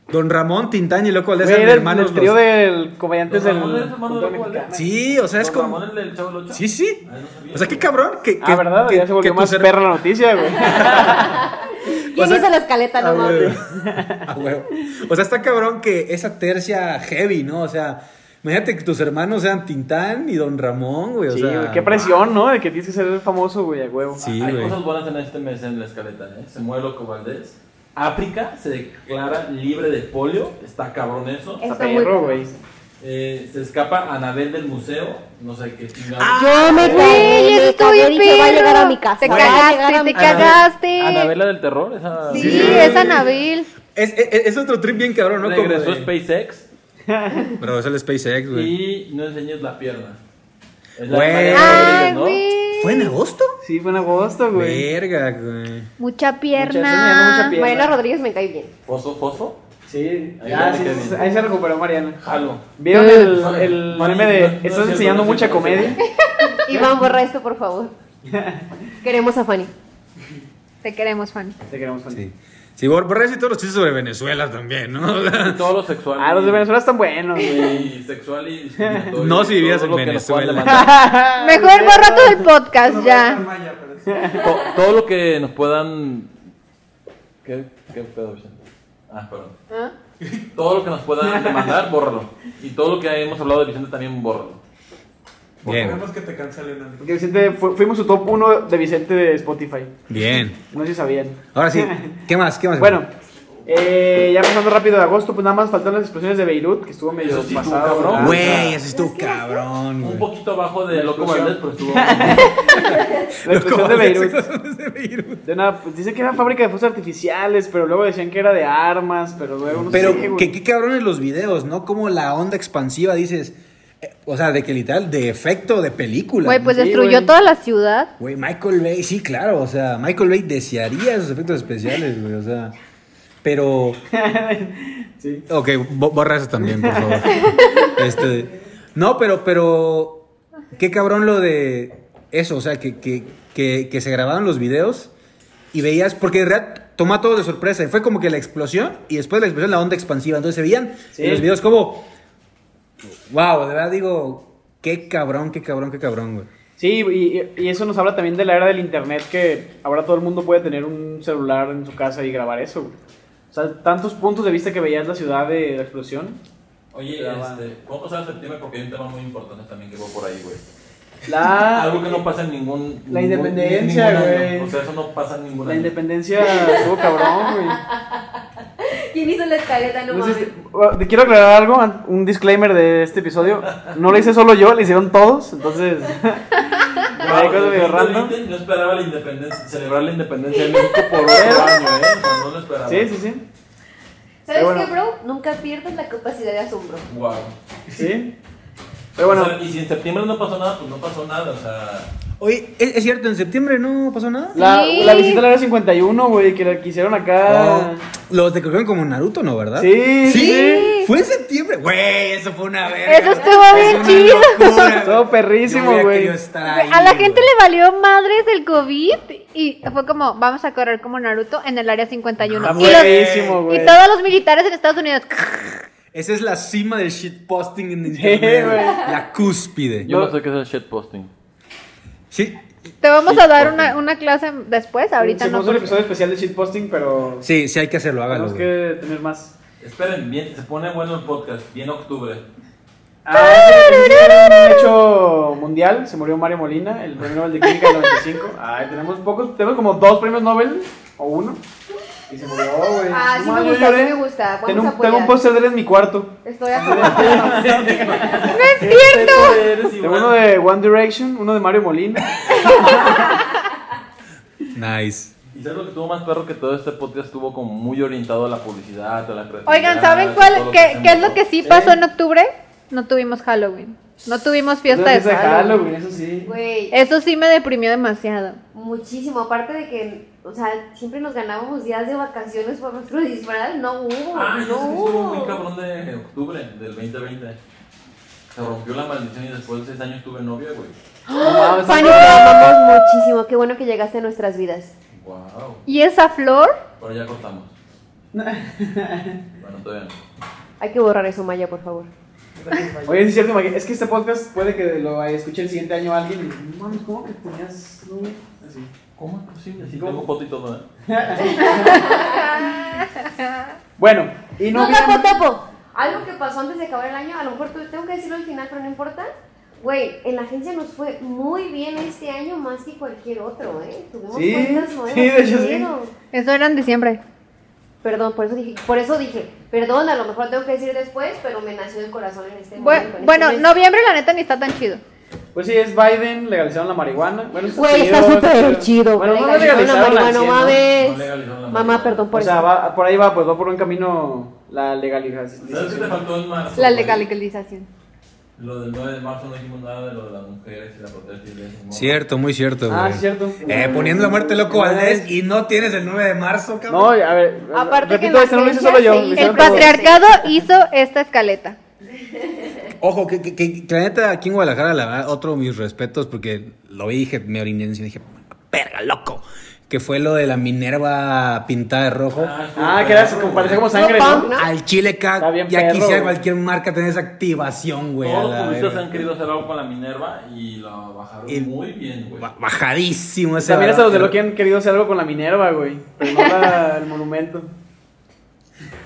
Speaker 6: Don Ramón, Tintán y Loco Valdés
Speaker 9: Güey,
Speaker 6: eran
Speaker 9: era el,
Speaker 6: hermanos.
Speaker 9: el trío
Speaker 6: los-
Speaker 9: del comediantes
Speaker 8: Don
Speaker 9: del.
Speaker 8: Ramón es hermano de
Speaker 9: fútbol
Speaker 8: Loco Valdés.
Speaker 9: mexicano.
Speaker 6: Sí, o sea, es como.
Speaker 8: Ramón, el del Chavo del Ocho?
Speaker 6: Sí, sí.
Speaker 8: Ah, no sabía.
Speaker 6: O sea, qué cabrón que.
Speaker 9: Ah,
Speaker 6: que-
Speaker 9: ¿verdad?
Speaker 6: que-
Speaker 9: ya se volvió
Speaker 6: que
Speaker 9: más
Speaker 6: tus her-
Speaker 9: perra la
Speaker 6: (laughs)
Speaker 9: noticia, güey.
Speaker 11: ¿Quién
Speaker 6: O sea-
Speaker 11: hizo la escaleta,
Speaker 6: A
Speaker 11: no mames?
Speaker 6: huevo. (laughs) A huevo. O sea, está cabrón que esa tercia heavy, ¿no? O sea, imagínate que tus hermanos sean Tintán y Don Ramón, güey. O
Speaker 9: Sí,
Speaker 6: sea,
Speaker 9: güey, qué presión, ¿no? De que tienes que ser famoso, güey, a huevo.
Speaker 6: Sí,
Speaker 8: Hay
Speaker 6: güey.
Speaker 8: cosas buenas en este mes en la escaleta, ¿eh? Se muere loco Valdés. África se declara libre de polio, está cabrón eso.
Speaker 9: Está
Speaker 11: Está muy
Speaker 9: perro, güey. (laughs)
Speaker 8: Eh, se escapa Anabel del museo, no sé qué chingado.
Speaker 4: Ah,
Speaker 11: Yo me caí,
Speaker 7: (laughs)
Speaker 4: Güey,
Speaker 11: me
Speaker 4: estoy
Speaker 11: cagué, dije, va a llegar a mi casa.
Speaker 4: Te
Speaker 11: Va a llegar
Speaker 4: cagaste,
Speaker 11: a mi
Speaker 4: te
Speaker 11: casa.
Speaker 4: cagaste.
Speaker 8: Anabela del terror, esa.
Speaker 4: Sí, es Anabel.
Speaker 6: Es, es- es otro trip bien cabrón, ¿no? Como
Speaker 8: Regresó
Speaker 6: de-
Speaker 8: SpaceX
Speaker 6: Pero es el SpaceX, güey.
Speaker 8: y no enseñes la pierna. Es
Speaker 6: Güey.
Speaker 8: María
Speaker 4: Ay,
Speaker 8: Rodríguez, ¿no?
Speaker 4: güey.
Speaker 6: ¿Fue en agosto?
Speaker 9: Sí, fue en agosto, güey.
Speaker 6: Verga, güey.
Speaker 4: Mucha
Speaker 9: enseñando mucha
Speaker 4: pierna.
Speaker 9: pierna.
Speaker 11: Mariana Rodríguez me cae bien.
Speaker 8: Foso, foso.
Speaker 9: Sí,
Speaker 8: Ahí
Speaker 9: ya,
Speaker 8: me
Speaker 9: sí,
Speaker 8: quedé
Speaker 9: sí,
Speaker 8: bien.
Speaker 9: ahí se recuperó Mariana.
Speaker 8: Jalo.
Speaker 9: ¿Vieron el, el
Speaker 8: Mari,
Speaker 9: meme
Speaker 8: Eh, no- no es
Speaker 9: de estás
Speaker 8: cierto,
Speaker 9: enseñando
Speaker 8: no es
Speaker 9: mucha
Speaker 8: cierto, no es
Speaker 9: comedia?
Speaker 11: Iván, borra esto, por favor. Queremos a Fanny.
Speaker 4: Te queremos, Fanny.
Speaker 9: Te queremos Fanny.
Speaker 6: Sí. Sí, por, por eso y todos los chistes sobre Venezuela también, ¿no? (laughs)
Speaker 8: Y (laughs) todo lo sexual.
Speaker 9: Ah, los de
Speaker 8: y-
Speaker 9: Venezuela están buenos, güey.
Speaker 8: Y
Speaker 6: (laughs)
Speaker 8: sexual y discriminatorio.
Speaker 6: No si vivías
Speaker 8: Todo
Speaker 6: en
Speaker 8: lo que nos puedan
Speaker 6: Venezuela.
Speaker 8: demandar.
Speaker 6: Ah,
Speaker 4: Mejor borra todo el podcast ya.
Speaker 8: To- todo lo que nos puedan. ¿Qué, qué pedo, Vicente? Ah, perdón. Todo lo que nos puedan demandar, bórralo. Y todo lo que hemos hablado de Vicente también, bórralo.
Speaker 6: Bien,
Speaker 9: Porque Vicente, fu- fuimos su top 1 de Vicente de Spotify.
Speaker 6: bien.
Speaker 9: No sé si sabían.
Speaker 6: Ahora sí, ¿qué más? ¿Qué más?
Speaker 9: (laughs) Bueno, eh, ya pasando rápido de agosto, pues nada más faltan las explosiones de Beirut, que estuvo medio
Speaker 8: Eso sí, estuvo
Speaker 9: pasado.
Speaker 8: cabrón.
Speaker 9: ¿no?
Speaker 6: güey, ese estuvo cabrón,
Speaker 8: Un
Speaker 6: güey.
Speaker 8: poquito abajo de Loco
Speaker 9: Discusión.
Speaker 8: Valdés, pero estuvo.
Speaker 6: (laughs)
Speaker 9: La explosión
Speaker 8: (laughs)
Speaker 9: de Beirut.
Speaker 6: de Beirut.
Speaker 9: De una, pues, dicen que era fábrica de fuegos artificiales, pero luego decían que era de armas, pero luego no
Speaker 6: Pero
Speaker 9: sé, güey.
Speaker 6: que qué cabrones los videos, ¿no? Como la onda expansiva, dices. eh, o sea, de que literal, de efecto de película.
Speaker 4: Güey, pues
Speaker 6: Sí,
Speaker 4: destruyó
Speaker 6: güey.
Speaker 4: toda la ciudad.
Speaker 6: Güey, Michael Bay, sí, claro, o sea, Michael Bay desearía esos efectos especiales, güey, o sea, pero...
Speaker 9: Sí.
Speaker 6: Ok, bo- borra eso también, por favor. Este, no, pero, pero, qué cabrón lo de eso, o sea, que, que, que, que se grababan los videos y veías, porque en realidad toma todo de sorpresa, y fue como que la explosión y después de la explosión la onda expansiva, entonces se veían
Speaker 9: Sí.
Speaker 6: en los videos como, wow, de verdad digo, qué cabrón, qué cabrón, qué cabrón, güey.
Speaker 9: Sí, y, y eso nos habla también de la era del internet que ahora todo el mundo puede tener un celular en su casa y grabar eso. güey. O sea, tantos puntos de vista que veías la ciudad de la explosión. ah,
Speaker 8: Oye,
Speaker 9: Ya va.
Speaker 8: este, vamos a pasar a septiembre porque hay un tema muy importante también que va por ahí, güey. (laughs)
Speaker 9: La,
Speaker 8: Algo que no pasa en ningún.
Speaker 9: Ah, La
Speaker 8: ningún-
Speaker 9: independencia,
Speaker 8: ningún año.
Speaker 9: güey.
Speaker 8: O sea, eso no pasa en ningún
Speaker 9: la
Speaker 8: año.
Speaker 9: independencia estuvo cabrón, güey.
Speaker 10: ¿Quién hizo la escaleta? (laughs) No
Speaker 9: Entonces,
Speaker 10: mames.
Speaker 9: este, bueno, te quiero aclarar algo, an- un disclaimer de este episodio. No lo hice solo yo, lo hicieron
Speaker 8: (laughs)
Speaker 9: todos, entonces... (laughs) hay cosas medio random.
Speaker 8: No esperaba la independencia, celebrar la independencia de México por otro año, ¿eh? O sea, no lo esperaba.
Speaker 9: Sí, sí, sí.
Speaker 10: ¿Sabes
Speaker 9: Pero bueno.
Speaker 10: qué, bro? Nunca pierdas la capacidad de asombro.
Speaker 8: Wow.
Speaker 9: Sí. Pero bueno,
Speaker 8: O sea, y si en septiembre no pasó nada, pues no pasó nada, o sea.
Speaker 6: Oye, ¿es, es cierto, en septiembre no pasó nada?
Speaker 9: la,
Speaker 4: Sí.
Speaker 9: la visita a la era 51, güey, que la que hicieron acá...
Speaker 6: Oh, los decoraron como Naruto, ¿no? ¿Verdad?
Speaker 9: Sí, sí, sí.
Speaker 6: Fue en septiembre. Güey, eso fue una verga.
Speaker 4: Eso estuvo bien
Speaker 6: una
Speaker 4: chido.
Speaker 9: (laughs)
Speaker 6: locura.
Speaker 9: Todo perrísimo,
Speaker 6: Yo hubiera
Speaker 9: güey.
Speaker 6: querido estar ahí,
Speaker 4: A la gente
Speaker 6: güey.
Speaker 4: le valió madres el COVID y fue como, vamos a correr como Naruto en el área 51.
Speaker 9: Está
Speaker 6: Ah,
Speaker 4: y, los-
Speaker 9: buenísimo, güey.
Speaker 4: y todos los militares en Estados Unidos.
Speaker 6: Esa es la cima del shitposting en
Speaker 9: güey.
Speaker 6: internet. güey. la cúspide.
Speaker 9: Yo no
Speaker 8: sé qué es el shitposting.
Speaker 6: Sí,
Speaker 4: Te vamos a dar una, una clase después, ahorita
Speaker 9: Se
Speaker 4: no.
Speaker 9: puso un
Speaker 4: porque-
Speaker 9: episodio especial de shitposting, pero...
Speaker 6: sí, sí hay que hacerlo, hágalo.
Speaker 9: Tenemos
Speaker 6: güey.
Speaker 9: que tener más.
Speaker 8: Esperen, bien, se pone bueno el podcast, bien
Speaker 9: (laughs)
Speaker 8: octubre.
Speaker 9: Ah, ese- ese fue un hecho mundial, se murió Mario Molina, el premio Nobel de Química del 95. Ay, tenemos pocos, tenemos como dos premios Nobel, o uno. Y se murió, güey.
Speaker 11: Ah,
Speaker 9: No
Speaker 11: sí me
Speaker 9: mames, yo
Speaker 11: gusta, sí
Speaker 9: lloré.
Speaker 11: me gusta.
Speaker 9: Tengo
Speaker 11: Vamos a
Speaker 9: un, tengo un
Speaker 11: apoyar.
Speaker 9: póster de él en mi cuarto.
Speaker 11: Estoy
Speaker 6: Ah,
Speaker 11: a favor.
Speaker 4: (laughs)
Speaker 6: Este,
Speaker 8: ¡Cierto!
Speaker 9: Tengo uno de One Direction, uno de Mario Molina.
Speaker 6: Nice.
Speaker 8: Y sabes lo que tuvo más perro que todo este podcast estuvo como muy orientado a la publicidad, a la creatividad.
Speaker 4: Oigan, ¿saben
Speaker 8: a todo
Speaker 4: cuál,
Speaker 8: lo que
Speaker 4: qué,
Speaker 8: hacemos,
Speaker 4: qué es lo que sí
Speaker 9: Sí.
Speaker 4: pasó en octubre? No tuvimos Halloween. No tuvimos fiesta de
Speaker 9: Entonces, de
Speaker 4: Halloween.
Speaker 9: Halloween, eso sí.
Speaker 11: Güey,
Speaker 4: Eso sí me deprimió demasiado.
Speaker 10: Muchísimo, aparte de que, o sea, siempre nos ganábamos días de vacaciones por nuestro (laughs) disfraz, no hubo, no
Speaker 8: Ah, no. estuvo muy
Speaker 10: hubo.
Speaker 8: cabrón de octubre del 2020. Se rompió la maldición y después de 6 años tuve novia, güey.
Speaker 9: No mames,
Speaker 10: Fanny, te amamos muchísimo, qué bueno que llegaste a nuestras vidas.
Speaker 8: Wow.
Speaker 4: ¿Y esa flor?
Speaker 8: Pero ya cortamos. bueno, todavía no.
Speaker 10: Hay que borrar eso, Maya, por favor.
Speaker 9: Oye, sí es cierto, imagínate, es que este podcast puede que lo escuche el siguiente año alguien y no mames, ¿cómo que tenías Nobel? Así.
Speaker 8: ¿Cómo es posible? Sí,
Speaker 9: ¿Cómo?
Speaker 8: tengo foto y todo, ¿eh?
Speaker 9: Bueno, y no
Speaker 10: No, tapo,
Speaker 9: olviden-
Speaker 10: tapo. Algo que pasó antes de acabar el año, a lo mejor tú- tengo que decirlo al final, pero no importa. Güey, en la agencia nos fue muy bien este año más que cualquier otro, ¿eh? Tuvimos
Speaker 9: Sí,
Speaker 10: cuentas nuevas.
Speaker 9: sí, de hecho, sí.
Speaker 10: pero-
Speaker 4: Eso era en diciembre.
Speaker 10: Perdón, por eso dije, por eso dije, perdón, a lo mejor tengo que decir después, pero me nació el corazón en este
Speaker 4: Bueno,
Speaker 10: momento. en
Speaker 4: bueno,
Speaker 10: este mes.
Speaker 4: noviembre la neta ni está tan chido.
Speaker 9: Pues sí, es Biden, legalizaron la marihuana. Bueno, eso
Speaker 10: Güey, está
Speaker 9: chido,
Speaker 10: súper chido.
Speaker 9: Bueno, no
Speaker 10: güey.
Speaker 9: legalizaron
Speaker 10: marihuana,
Speaker 9: la
Speaker 10: no
Speaker 9: al 100,
Speaker 8: No
Speaker 10: mames.
Speaker 8: legalizaron la
Speaker 10: Mamá,
Speaker 8: marihuana.
Speaker 10: perdón
Speaker 9: ¿no?
Speaker 10: por
Speaker 9: O
Speaker 10: eso.
Speaker 9: sea, va, por ahí va, pues va por un camino la legalización.
Speaker 8: ¿Sabes qué te faltó en marzo?
Speaker 4: La
Speaker 8: güey?
Speaker 4: legalización.
Speaker 8: Lo del 9 de marzo no dijimos nada de lo de las mujeres y la protesta y de eso, ¿no?
Speaker 6: Cierto, muy cierto, güey.
Speaker 9: Ah, sí, cierto.
Speaker 6: Eh, poniendo la muerte loco Valdés y no tienes el 9 de marzo, cabrón.
Speaker 9: No, a ver,
Speaker 11: Aparte que en
Speaker 9: repito,
Speaker 11: la
Speaker 9: eso no lo hice
Speaker 11: agencia
Speaker 9: solo yo.
Speaker 11: se
Speaker 9: lo
Speaker 11: hizo
Speaker 9: hicieron
Speaker 4: El
Speaker 11: Pero-
Speaker 9: todos.
Speaker 4: patriarcado hizo esta escaleta.
Speaker 6: Ojo, que, que, que, que la neta aquí en Guadalajara, la verdad, otro de mis respetos, porque lo vi, dije, me oriné encima y dije, verga, loco. Que fue lo de la Minerva pintada de rojo.
Speaker 8: estuvo
Speaker 9: Ah, que
Speaker 8: perro,
Speaker 9: era así como
Speaker 8: güey.
Speaker 9: parecía como sangre,
Speaker 11: No,
Speaker 9: ¿no?
Speaker 11: ¿no?
Speaker 6: Al Chile ca-
Speaker 9: Está bien
Speaker 6: ya
Speaker 9: perro,
Speaker 6: quisiera
Speaker 9: güey.
Speaker 6: cualquier marca tener esa activación, güey. a
Speaker 8: Todos
Speaker 6: la
Speaker 8: los turistas
Speaker 6: verga.
Speaker 8: han querido hacer algo con la Minerva y la bajaron
Speaker 6: Y-
Speaker 8: muy bien, güey.
Speaker 6: Ba- Bajadísimo ese.
Speaker 9: También hasta los de lo que han querido hacer algo con la Minerva, güey. Pero
Speaker 10: (laughs)
Speaker 9: no la- el monumento.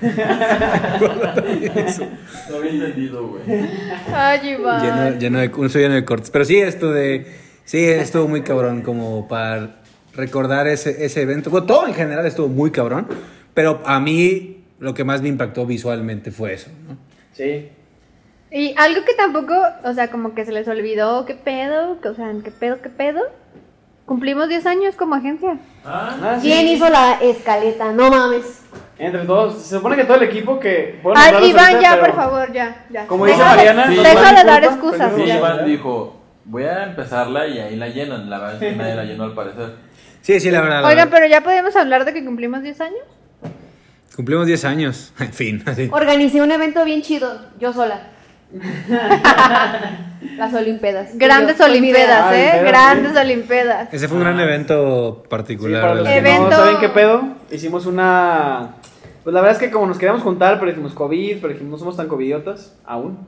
Speaker 8: No había entendido, güey.
Speaker 4: Ay, Iván.
Speaker 6: Lleno, lleno de, un sueño lleno de cortes. Pero sí, esto de. Sí, estuvo muy cabrón, como para recordar ese, ese evento. Bueno, todo en general estuvo muy cabrón. Pero a mí lo que más me impactó visualmente fue eso, ¿no?
Speaker 9: Sí.
Speaker 4: Y algo que tampoco, o sea, como que se les olvidó, qué pedo, que, o sea, qué pedo, qué pedo. Cumplimos 10 años como agencia.
Speaker 8: Ah,
Speaker 9: Ah, sí.
Speaker 10: ¿Quién hizo la escaleta? No mames.
Speaker 9: Entre todos, se supone que todo el equipo que. bueno,
Speaker 4: Ay,
Speaker 9: hablaros
Speaker 4: Ah, Iván,
Speaker 9: ahorita,
Speaker 4: ya,
Speaker 9: pero
Speaker 4: por favor, ya, ya.
Speaker 9: Como dice
Speaker 4: Deja de-
Speaker 9: Mariana,
Speaker 8: Sí,
Speaker 4: deja
Speaker 8: Iván,
Speaker 4: de dar
Speaker 9: disculpa,
Speaker 4: excusas.
Speaker 9: pero
Speaker 8: Sí,
Speaker 4: ya.
Speaker 8: Iván dijo, voy a empezarla y ahí la llenan. La verdad es que nadie la llenó al parecer.
Speaker 6: Sí, sí, la verdad. la
Speaker 4: Oigan,
Speaker 6: verdad.
Speaker 4: pero ya podemos hablar de que cumplimos 10 años.
Speaker 6: Cumplimos 10 años. (laughs) En fin, así.
Speaker 10: Organicé un evento bien chido, yo (laughs) sola. Las Olimpiadas. Yo,
Speaker 4: Grandes
Speaker 10: pues con mi
Speaker 4: olimpiadas,
Speaker 9: Ah,
Speaker 4: ¿eh?
Speaker 9: olimpiadas,
Speaker 4: Grandes olimpiadas.
Speaker 6: Ese fue un gran evento
Speaker 9: Ah. Sí, para
Speaker 6: particular.
Speaker 9: los
Speaker 6: ¿verdad?
Speaker 9: que no
Speaker 4: Evento.
Speaker 9: saben qué pedo, hicimos una. Pues la verdad es que como nos queríamos juntar, pero dijimos COVID, pero dijimos no somos tan covidiotas aún.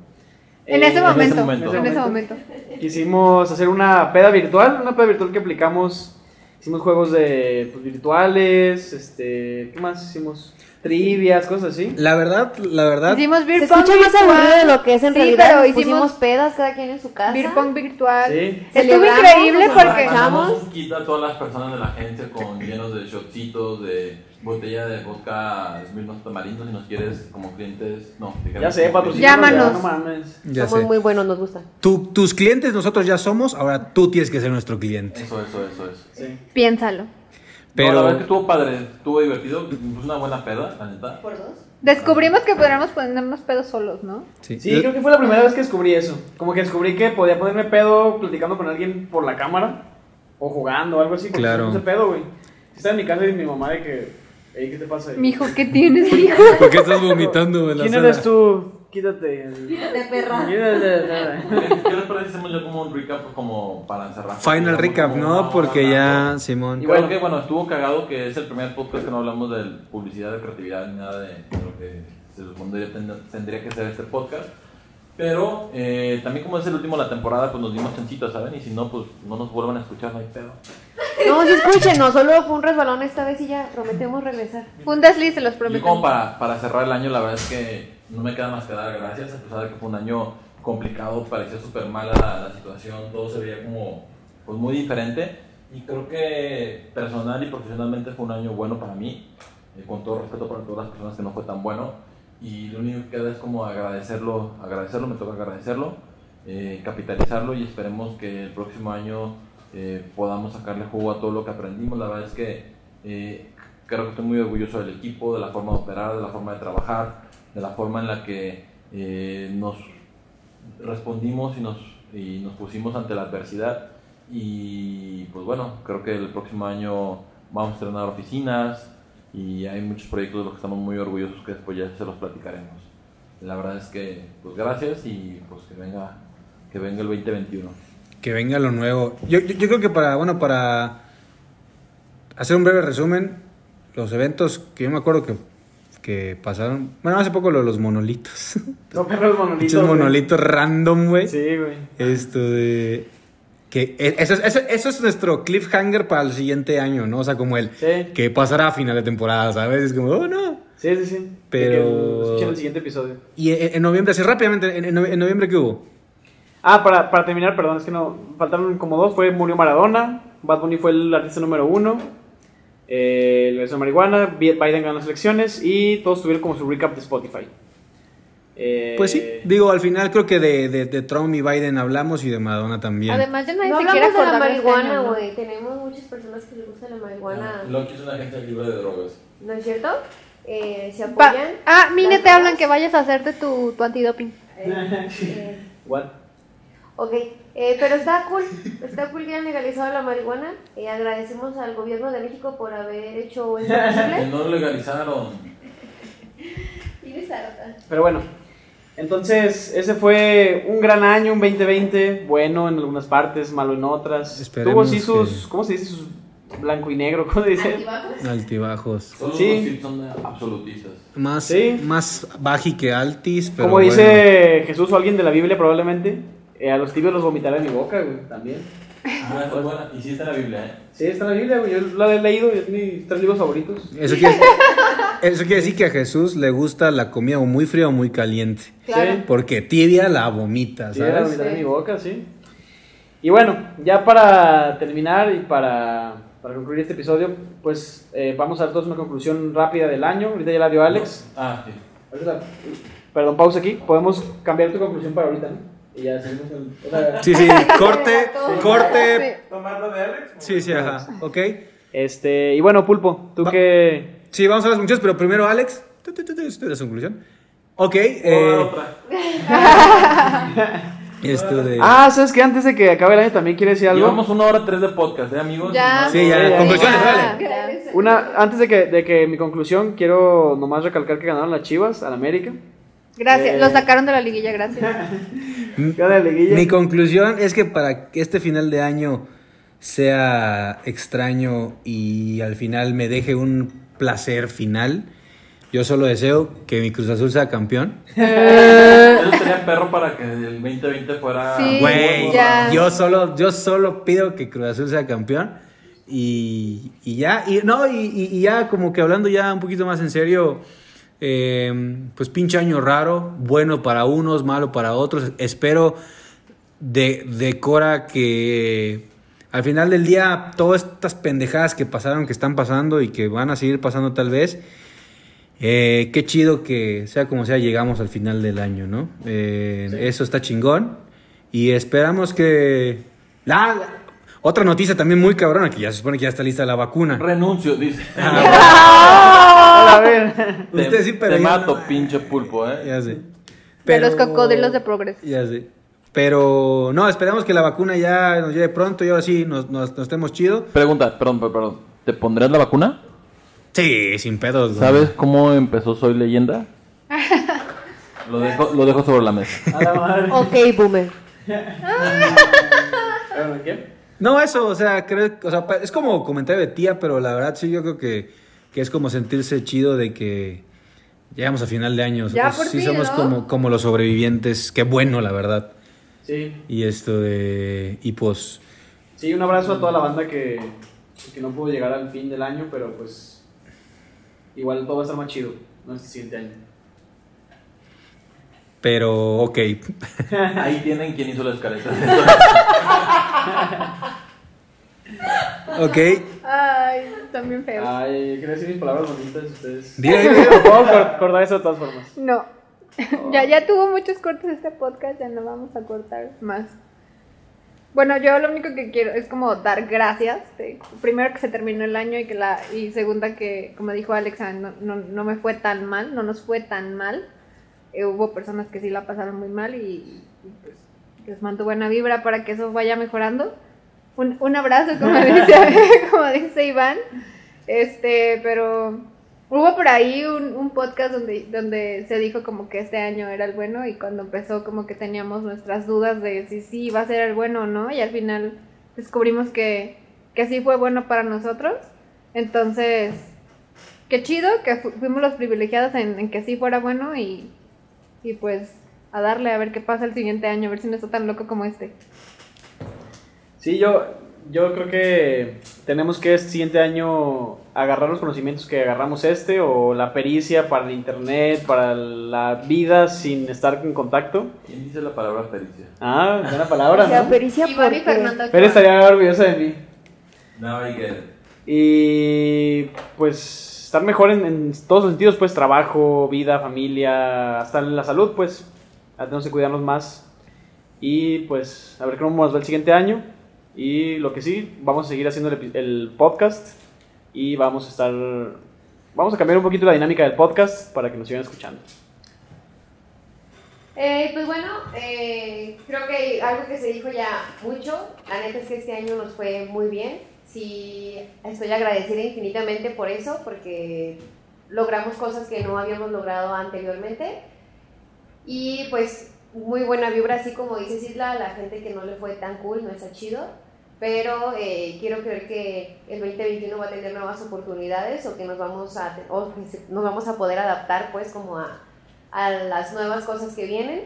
Speaker 4: En
Speaker 9: Eh,
Speaker 4: ese momento,
Speaker 8: momento.
Speaker 4: en ese momento.
Speaker 9: Quisimos hacer una peda virtual, una peda virtual que aplicamos. Hicimos juegos de pues, virtuales, este, ¿qué más hicimos? Trivias, cosas así.
Speaker 6: La verdad, la verdad.
Speaker 4: Hicimos
Speaker 10: Se
Speaker 4: beer pong
Speaker 10: escucha más aburrido de
Speaker 4: virtual.
Speaker 10: lo que es en
Speaker 4: Sí,
Speaker 10: realidad.
Speaker 4: pero
Speaker 10: Nos
Speaker 4: hicimos-
Speaker 10: Pusimos pedas cada quien en su casa.
Speaker 4: Beer pong virtual.
Speaker 9: Sí.
Speaker 4: Estuvo
Speaker 10: Celebramos,
Speaker 4: increíble
Speaker 10: nos
Speaker 4: porque
Speaker 10: ¿Echamos?
Speaker 8: Hagamos un kit a todas las personas de la agencia con llenos de shotsitos, de botella de vodka, Smirnoff tamarindo, si nos quieres como clientes. No, digamos.
Speaker 9: Ya sé, patrocinio.
Speaker 4: Llámanos.
Speaker 9: No mames.
Speaker 6: Ya
Speaker 10: Somos
Speaker 6: sé.
Speaker 10: muy buenos, nos gusta.
Speaker 6: Tú- tus clientes nosotros ya somos, ahora tú tienes que ser nuestro cliente.
Speaker 8: Eso, eso, eso, eso.
Speaker 9: Sí.
Speaker 4: piénsalo.
Speaker 6: Pero-
Speaker 8: Pero... la verdad es que estuvo padre, estuvo divertido, puso una buena peda, la neta.
Speaker 10: ¿Por dos?
Speaker 4: Descubrimos que podríamos ponernos pedos solos, ¿no?
Speaker 6: Sí.
Speaker 9: Sí, creo que fue la primera vez que descubrí eso. Como que descubrí que podía ponerme pedo platicando con alguien por la cámara o jugando o algo así. porque
Speaker 6: Claro.
Speaker 9: me puse pedo, güey. Estaba en mi casa y mi mamá de que, "Ey, ¿qué te pasa?
Speaker 4: Mijo,
Speaker 10: (laughs)
Speaker 4: ¿qué tienes, mijo?
Speaker 6: ¿Por qué estás vomitando en la
Speaker 9: ¿Quién
Speaker 6: sala?
Speaker 9: eres tú? Quítate.
Speaker 10: De perra.
Speaker 9: Quítate.
Speaker 8: ¿Qué les parece si hacemos ya como un recap como para encerrar?
Speaker 6: Final
Speaker 8: Digamos,
Speaker 6: recap,
Speaker 8: como
Speaker 6: ¿no?
Speaker 8: una
Speaker 6: Porque
Speaker 8: hora,
Speaker 6: ya, Simón.
Speaker 8: Y bueno, que bueno, estuvo cagado que es el primer podcast que no hablamos de publicidad, de creatividad, ni nada de, de lo que se supone que tendría, tendría que ser este podcast. Pero eh, también como es el último de la temporada, pues nos dimos chancita, ¿saben? Y si no, pues no nos vuelvan a escuchar, no hay pedo.
Speaker 10: No, sí, escúchenos. Solo fue un resbalón esta vez y ya prometemos regresar.
Speaker 4: Un desliz, se los
Speaker 8: Y como
Speaker 4: prometo.
Speaker 8: para, para cerrar el año, la verdad es que no me queda más que dar gracias, a pesar de que fue un año complicado, parecía súper mala la, la situación, todo se veía como pues, muy diferente. Y creo que personal y profesionalmente fue un año bueno para mí, eh, con todo respeto para todas las personas que no fue tan bueno. Y lo único que queda es como agradecerlo, agradecerlo, me toca agradecerlo, eh, capitalizarlo y esperemos que el próximo año eh, podamos sacarle jugo a todo lo que aprendimos. La verdad es que eh, creo que estoy muy orgulloso del equipo, de la forma de operar, de la forma de trabajar, de la forma en la que eh, nos respondimos y nos, y nos pusimos ante la adversidad. Y pues bueno, creo que el próximo año vamos a estrenar oficinas y hay muchos proyectos de los que estamos muy orgullosos que después ya se los platicaremos. La verdad es que, pues gracias y pues que venga, que venga el 2021.
Speaker 6: Que venga lo nuevo. Yo, yo- yo creo que para, bueno, para hacer un breve resumen, los eventos que yo me acuerdo que, que pasaron. Bueno, hace poco lo de los monolitos. (laughs)
Speaker 9: No, perros monolitos.
Speaker 6: Muchos
Speaker 9: güey.
Speaker 6: monolitos random, güey.
Speaker 9: Sí, güey.
Speaker 6: Esto de. Que e- eso, es- eso, eso es nuestro cliffhanger para el siguiente año, ¿no? O sea, como el
Speaker 9: Sí.
Speaker 6: que pasará a final de temporada, ¿sabes? Es como, oh no.
Speaker 9: Sí, sí, sí.
Speaker 6: Pero-
Speaker 9: De que Escuchen el siguiente episodio.
Speaker 6: Y e- en, noviembre, así rápidamente, en, en novie- en noviembre, ¿qué hubo?
Speaker 9: Ah, para, para terminar, perdón, es que no. Faltaron como dos. Fue Murió Maradona. Bad Bunny fue el artista número uno. Eh, el beso de marihuana. Bi- Biden ganó las elecciones. Y todos tuvieron como su recap de Spotify. Eh,
Speaker 6: Pues sí, digo, al final creo que de, de, de Trump y Biden hablamos y de Madonna también.
Speaker 4: Además, ya nadie
Speaker 10: No
Speaker 4: se quiere
Speaker 10: hablamos de la
Speaker 4: acordar este
Speaker 10: marihuana,
Speaker 4: año, ¿no?
Speaker 10: güey. Tenemos muchas personas que les gusta la marihuana.
Speaker 8: Lo que es una gente libre de drogas.
Speaker 10: ¿No es cierto? Eh, se
Speaker 4: Pa-
Speaker 7: (laughs)
Speaker 10: apoyan.
Speaker 4: ah, mire,
Speaker 10: Las
Speaker 4: te hablan
Speaker 10: drogas.
Speaker 4: que vayas a hacerte tu, tu antidoping.
Speaker 10: Eh, eh,
Speaker 9: (laughs) Igual.
Speaker 10: Ok, eh, pero está cool, está cool que hayan legalizado la marihuana. Eh, agradecemos al gobierno de México por haber hecho esto
Speaker 8: Que
Speaker 10: (laughs) posible.
Speaker 8: no legalizaron.
Speaker 10: Tienes harta.
Speaker 9: Pero bueno, entonces ese fue un gran año, un 2020, bueno en algunas partes, malo en otras.
Speaker 6: Esperemos
Speaker 9: Tuvo sí sus,
Speaker 6: que-
Speaker 9: ¿cómo se dice? Sus blanco y negro, ¿cómo se dice?
Speaker 10: ¿Altibajos?
Speaker 6: Altibajos.
Speaker 8: Solo
Speaker 9: Sí.
Speaker 8: los tips son absolutistas.
Speaker 6: Más,
Speaker 9: Sí.
Speaker 6: más baji que altis, pero.
Speaker 9: Como
Speaker 6: bueno.
Speaker 9: dice Jesús o alguien de la Biblia probablemente, eh, a los tibios los vomitará en mi boca, güey, también.
Speaker 6: (laughs)
Speaker 8: Ah, está buena. Y sí está en la Biblia, ¿eh?
Speaker 9: Sí, está en la Biblia, güey, yo la he leído, es mis tres libros favoritos.
Speaker 6: Eso quiere, eso quiere decir que a Jesús le gusta la comida o muy fría o muy caliente.
Speaker 9: Claro.
Speaker 6: Porque tibia la vomita,
Speaker 9: Sí, era
Speaker 6: ¿sabes?
Speaker 9: vomitar en mi boca, sí. Y bueno, ya para terminar y para, para concluir este episodio, pues eh, vamos a dar todos una conclusión rápida del año, ahorita ya la dio Alex.
Speaker 8: Ah, sí.
Speaker 9: Ahorita, Perdón, pausa aquí. Podemos cambiar tu conclusión para ahorita, ¿no? Y ya seguimos el. o sea,
Speaker 6: Sí, sí, corte, corte.
Speaker 4: Sí.
Speaker 6: Sí, sí, ajá. Ok.
Speaker 9: Este, y bueno, Pulpo, tú
Speaker 6: Va-
Speaker 9: que.
Speaker 6: Sí, vamos a las conclusiones, pero primero, Alex. Tú, tú, tú, tú, de su conclusión. Ok. eh,
Speaker 8: Otra.
Speaker 6: esto de.
Speaker 9: Ah, ¿sabes que Antes de que acabe el año también quiere decir algo.
Speaker 8: Llevamos una hora tres de podcast, ¿eh, amigos?
Speaker 7: Ya.
Speaker 6: sí, ya,
Speaker 9: sí, ya,
Speaker 6: conclusiones,
Speaker 7: ya.
Speaker 4: Ah,
Speaker 6: dale.
Speaker 9: Una, antes de que, de que mi conclusión, quiero nomás recalcar que ganaron las Chivas al América.
Speaker 7: Gracias,
Speaker 9: Eh.
Speaker 7: lo sacaron de la liguilla, gracias.
Speaker 9: Gana la liguilla.
Speaker 6: Mi conclusión es que para que este final de año sea extraño y al final me deje un placer final, yo solo deseo que mi Cruz Azul sea campeón.
Speaker 8: Ellos tenían perro para que el 2020 fuera.
Speaker 7: Sí,
Speaker 6: Güey,
Speaker 7: ya.
Speaker 6: yo solo, yo solo pido que Cruz Azul sea campeón. Y, y ya, y no, y, y- y ya como que hablando ya un poquito más en serio, eh, pues pinche año raro, bueno para unos, malo para otros. Espero de, de Cora que al final del día todas estas pendejadas que pasaron, que están pasando y que van a seguir pasando tal vez, eh, qué chido que sea como sea llegamos al final del año, ¿no? Eh, Eso está chingón y esperamos que... La, otra noticia también muy cabrona, que ya se supone que ya está lista la vacuna.
Speaker 8: Renuncio,
Speaker 6: (laughs)
Speaker 8: dice. Ah,
Speaker 9: A ver.
Speaker 8: Te-
Speaker 6: Ah, Usted sí, pero
Speaker 8: Te
Speaker 6: yo
Speaker 8: mato,
Speaker 6: no.
Speaker 8: pinche pulpo, ¿eh?
Speaker 6: Ya sé.
Speaker 7: De los cocodrilos de progreso.
Speaker 6: Ya sé. Pero no, esperamos que la vacuna ya nos llegue pronto y ahora sí nos, nos, nos estemos chido.
Speaker 8: Pregunta, perdón, perdón, perdón. ¿Te pondrías la vacuna?
Speaker 6: Sí, sin pedos. güey.
Speaker 8: ¿Sabes cómo empezó Soy
Speaker 7: (laughs)
Speaker 8: Leyenda? Lo dejo, lo dejo sobre
Speaker 6: (laughs)
Speaker 8: la mesa.
Speaker 9: A la (laughs) madre.
Speaker 4: Ok, boomer.
Speaker 9: ¿Qué?
Speaker 6: No, eso, o sea, creo, o sea, pa- es como comentario de tía, pero la verdad sí, yo creo que, que es como sentirse chido de que llegamos a final de año.
Speaker 7: Ya,
Speaker 6: Nosotros
Speaker 7: por
Speaker 6: sí
Speaker 7: fin,
Speaker 6: somos
Speaker 7: ¿no?
Speaker 6: como, como los sobrevivientes. Qué bueno, la verdad.
Speaker 9: Sí.
Speaker 6: Y esto de. Y pues.
Speaker 9: Sí, un abrazo a toda la banda que, que no pudo llegar al fin del año, pero pues igual todo va a estar más chido, ¿no? Este siguiente año.
Speaker 6: Pero, ok.
Speaker 8: Ahí tienen quien hizo la escaleta.
Speaker 6: (laughs) Ok.
Speaker 7: Ay, también feos.
Speaker 9: Ay, quería decir mis palabras bonitas ustedes.
Speaker 6: Dile,
Speaker 9: (laughs)
Speaker 6: dile.
Speaker 9: Puedo cor- cortar eso de todas formas.
Speaker 7: No. (laughs) ya, ya tuvo muchos cortes este podcast, ya no vamos a cortar más. Bueno, yo lo único que quiero es como dar gracias. de- primero que se terminó el año y que la y segunda que, como dijo Alexa, no, no, no me fue tan mal, no nos fue tan mal. Eh, hubo personas que sí la pasaron muy mal y, y, pues, les mando buena vibra para que eso vaya mejorando. Un, un abrazo, como dice, (laughs) como dice Iván. Este, pero Hubo por ahí un, un podcast donde, donde se dijo como que este año era el bueno y cuando empezó como que teníamos nuestras dudas de si sí iba a ser el bueno o no y al final descubrimos que, que sí fue bueno para nosotros. Entonces, qué chido que fu- fuimos los privilegiados en, en que sí fuera bueno y, y pues a darle a ver qué pasa el siguiente año, a ver si no está tan loco como este.
Speaker 9: Sí, yo, yo creo que tenemos que este siguiente año agarrar los conocimientos que agarramos este o la pericia para el internet, para la vida sin estar en contacto.
Speaker 8: ¿Quién dice la palabra pericia?
Speaker 9: Ah, buena palabra,
Speaker 7: (laughs)
Speaker 4: O sea,
Speaker 9: ¿no?
Speaker 4: pericia
Speaker 7: Iván y
Speaker 4: porque-
Speaker 7: Fernando.
Speaker 9: Pero estaría orgullosa de mí.
Speaker 8: Navigator.
Speaker 9: Y pues estar mejor en, en todos los sentidos, pues trabajo, vida, familia, hasta en la salud, pues ya tenemos que cuidarnos más. Y pues a ver cómo nos va el siguiente año. Y lo que sí, vamos a seguir haciendo el, epi- el podcast y vamos a estar... Vamos a cambiar un poquito la dinámica del podcast para que nos sigan escuchando.
Speaker 10: Eh, pues bueno, eh, creo que algo que se dijo ya mucho, la neta es que este año nos fue muy bien. Sí, estoy agradecida infinitamente por eso, porque logramos cosas que no habíamos logrado anteriormente. Y pues muy buena vibra, así como dice Isla, la gente que no le fue tan cool, no está chido. Pero eh, quiero creer que el 2021 va a tener nuevas oportunidades o que nos vamos a, te- o que se- nos vamos a poder adaptar pues como a, a las nuevas cosas que vienen.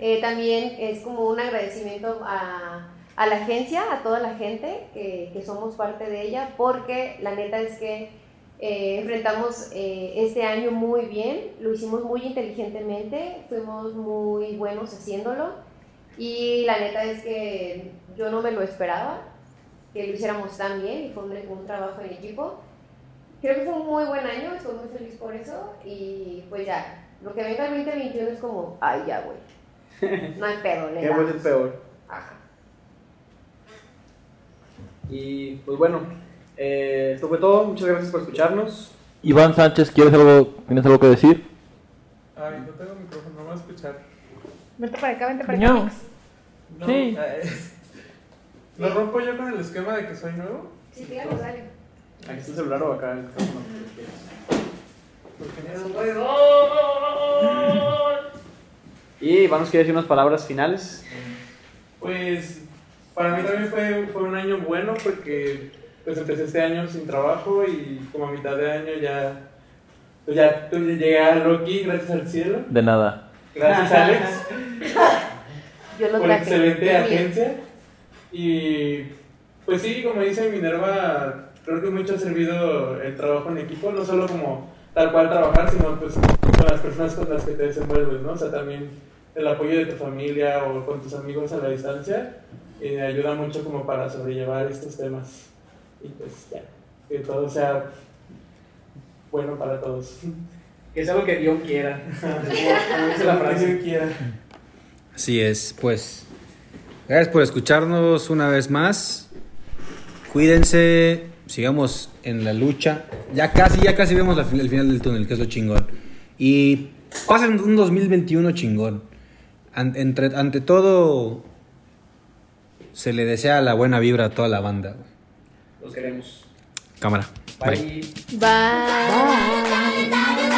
Speaker 10: Eh, también es como un agradecimiento a, a la agencia, a toda la gente que, que somos parte de ella, porque la neta es que eh, enfrentamos eh, este año muy bien, lo hicimos muy inteligentemente, fuimos muy buenos haciéndolo y la neta es que yo no me lo esperaba que lo hiciéramos tan bien y fue un, un trabajo en equipo. Creo que fue un muy buen año, estoy muy feliz por eso y pues ya, lo que venga el 2021 es como, ay ya güey, no hay pedo,
Speaker 9: (laughs)
Speaker 10: le damos.
Speaker 9: peor?
Speaker 10: Ajá.
Speaker 9: Y pues bueno, eh, esto fue todo. Muchas gracias por escucharnos.
Speaker 5: Iván Sánchez, ¿quieres algo, ¿tienes algo que decir?
Speaker 9: Ay, no tengo micrófono, no voy a escuchar.
Speaker 7: Vente para acá, vente para acá.
Speaker 5: No.
Speaker 9: No,
Speaker 5: Sí.
Speaker 9: eh, (laughs) ¿Lo rompo yo con el esquema de que soy nuevo?
Speaker 10: Sí, claro, dale.
Speaker 12: Aquí está el celular o acá el micrófono.
Speaker 9: Porque
Speaker 12: Y vamos a decir unas palabras finales.
Speaker 9: Pues para mí también fue, fue un año bueno porque pues empecé este año sin trabajo y como a mitad de año ya, pues, ya pues, llegué a Loki gracias al cielo.
Speaker 5: De nada.
Speaker 9: Gracias Alex
Speaker 10: Yo lo
Speaker 9: por
Speaker 10: traje.
Speaker 9: excelente
Speaker 10: Bien.
Speaker 9: agencia. Y pues sí, como dice Minerva, creo que mucho ha servido el trabajo en equipo, no solo como tal cual trabajar, sino pues con las personas con las que te desenvuelves, ¿no? O sea, también el apoyo de tu familia o con tus amigos a la distancia eh, ayuda mucho como para sobrellevar estos temas. Y pues ya, que todo sea bueno para todos.
Speaker 12: Que sea lo que Dios
Speaker 9: (laughs)
Speaker 12: quiera. Como dice la
Speaker 9: Lo que
Speaker 12: frase.
Speaker 9: Dios quiera.
Speaker 6: Así es, pues. Gracias por escucharnos una vez más. Cuídense, sigamos en la lucha. Ya casi, ya casi vemos la fin- el final del túnel, que es lo chingón. Y pasen un 2021 chingón. An- entre- ante todo, se le desea la buena vibra a toda la banda.
Speaker 12: Los queremos.
Speaker 6: Cámara. Bye.
Speaker 12: Bye.
Speaker 7: Bye.
Speaker 13: Dale, dale,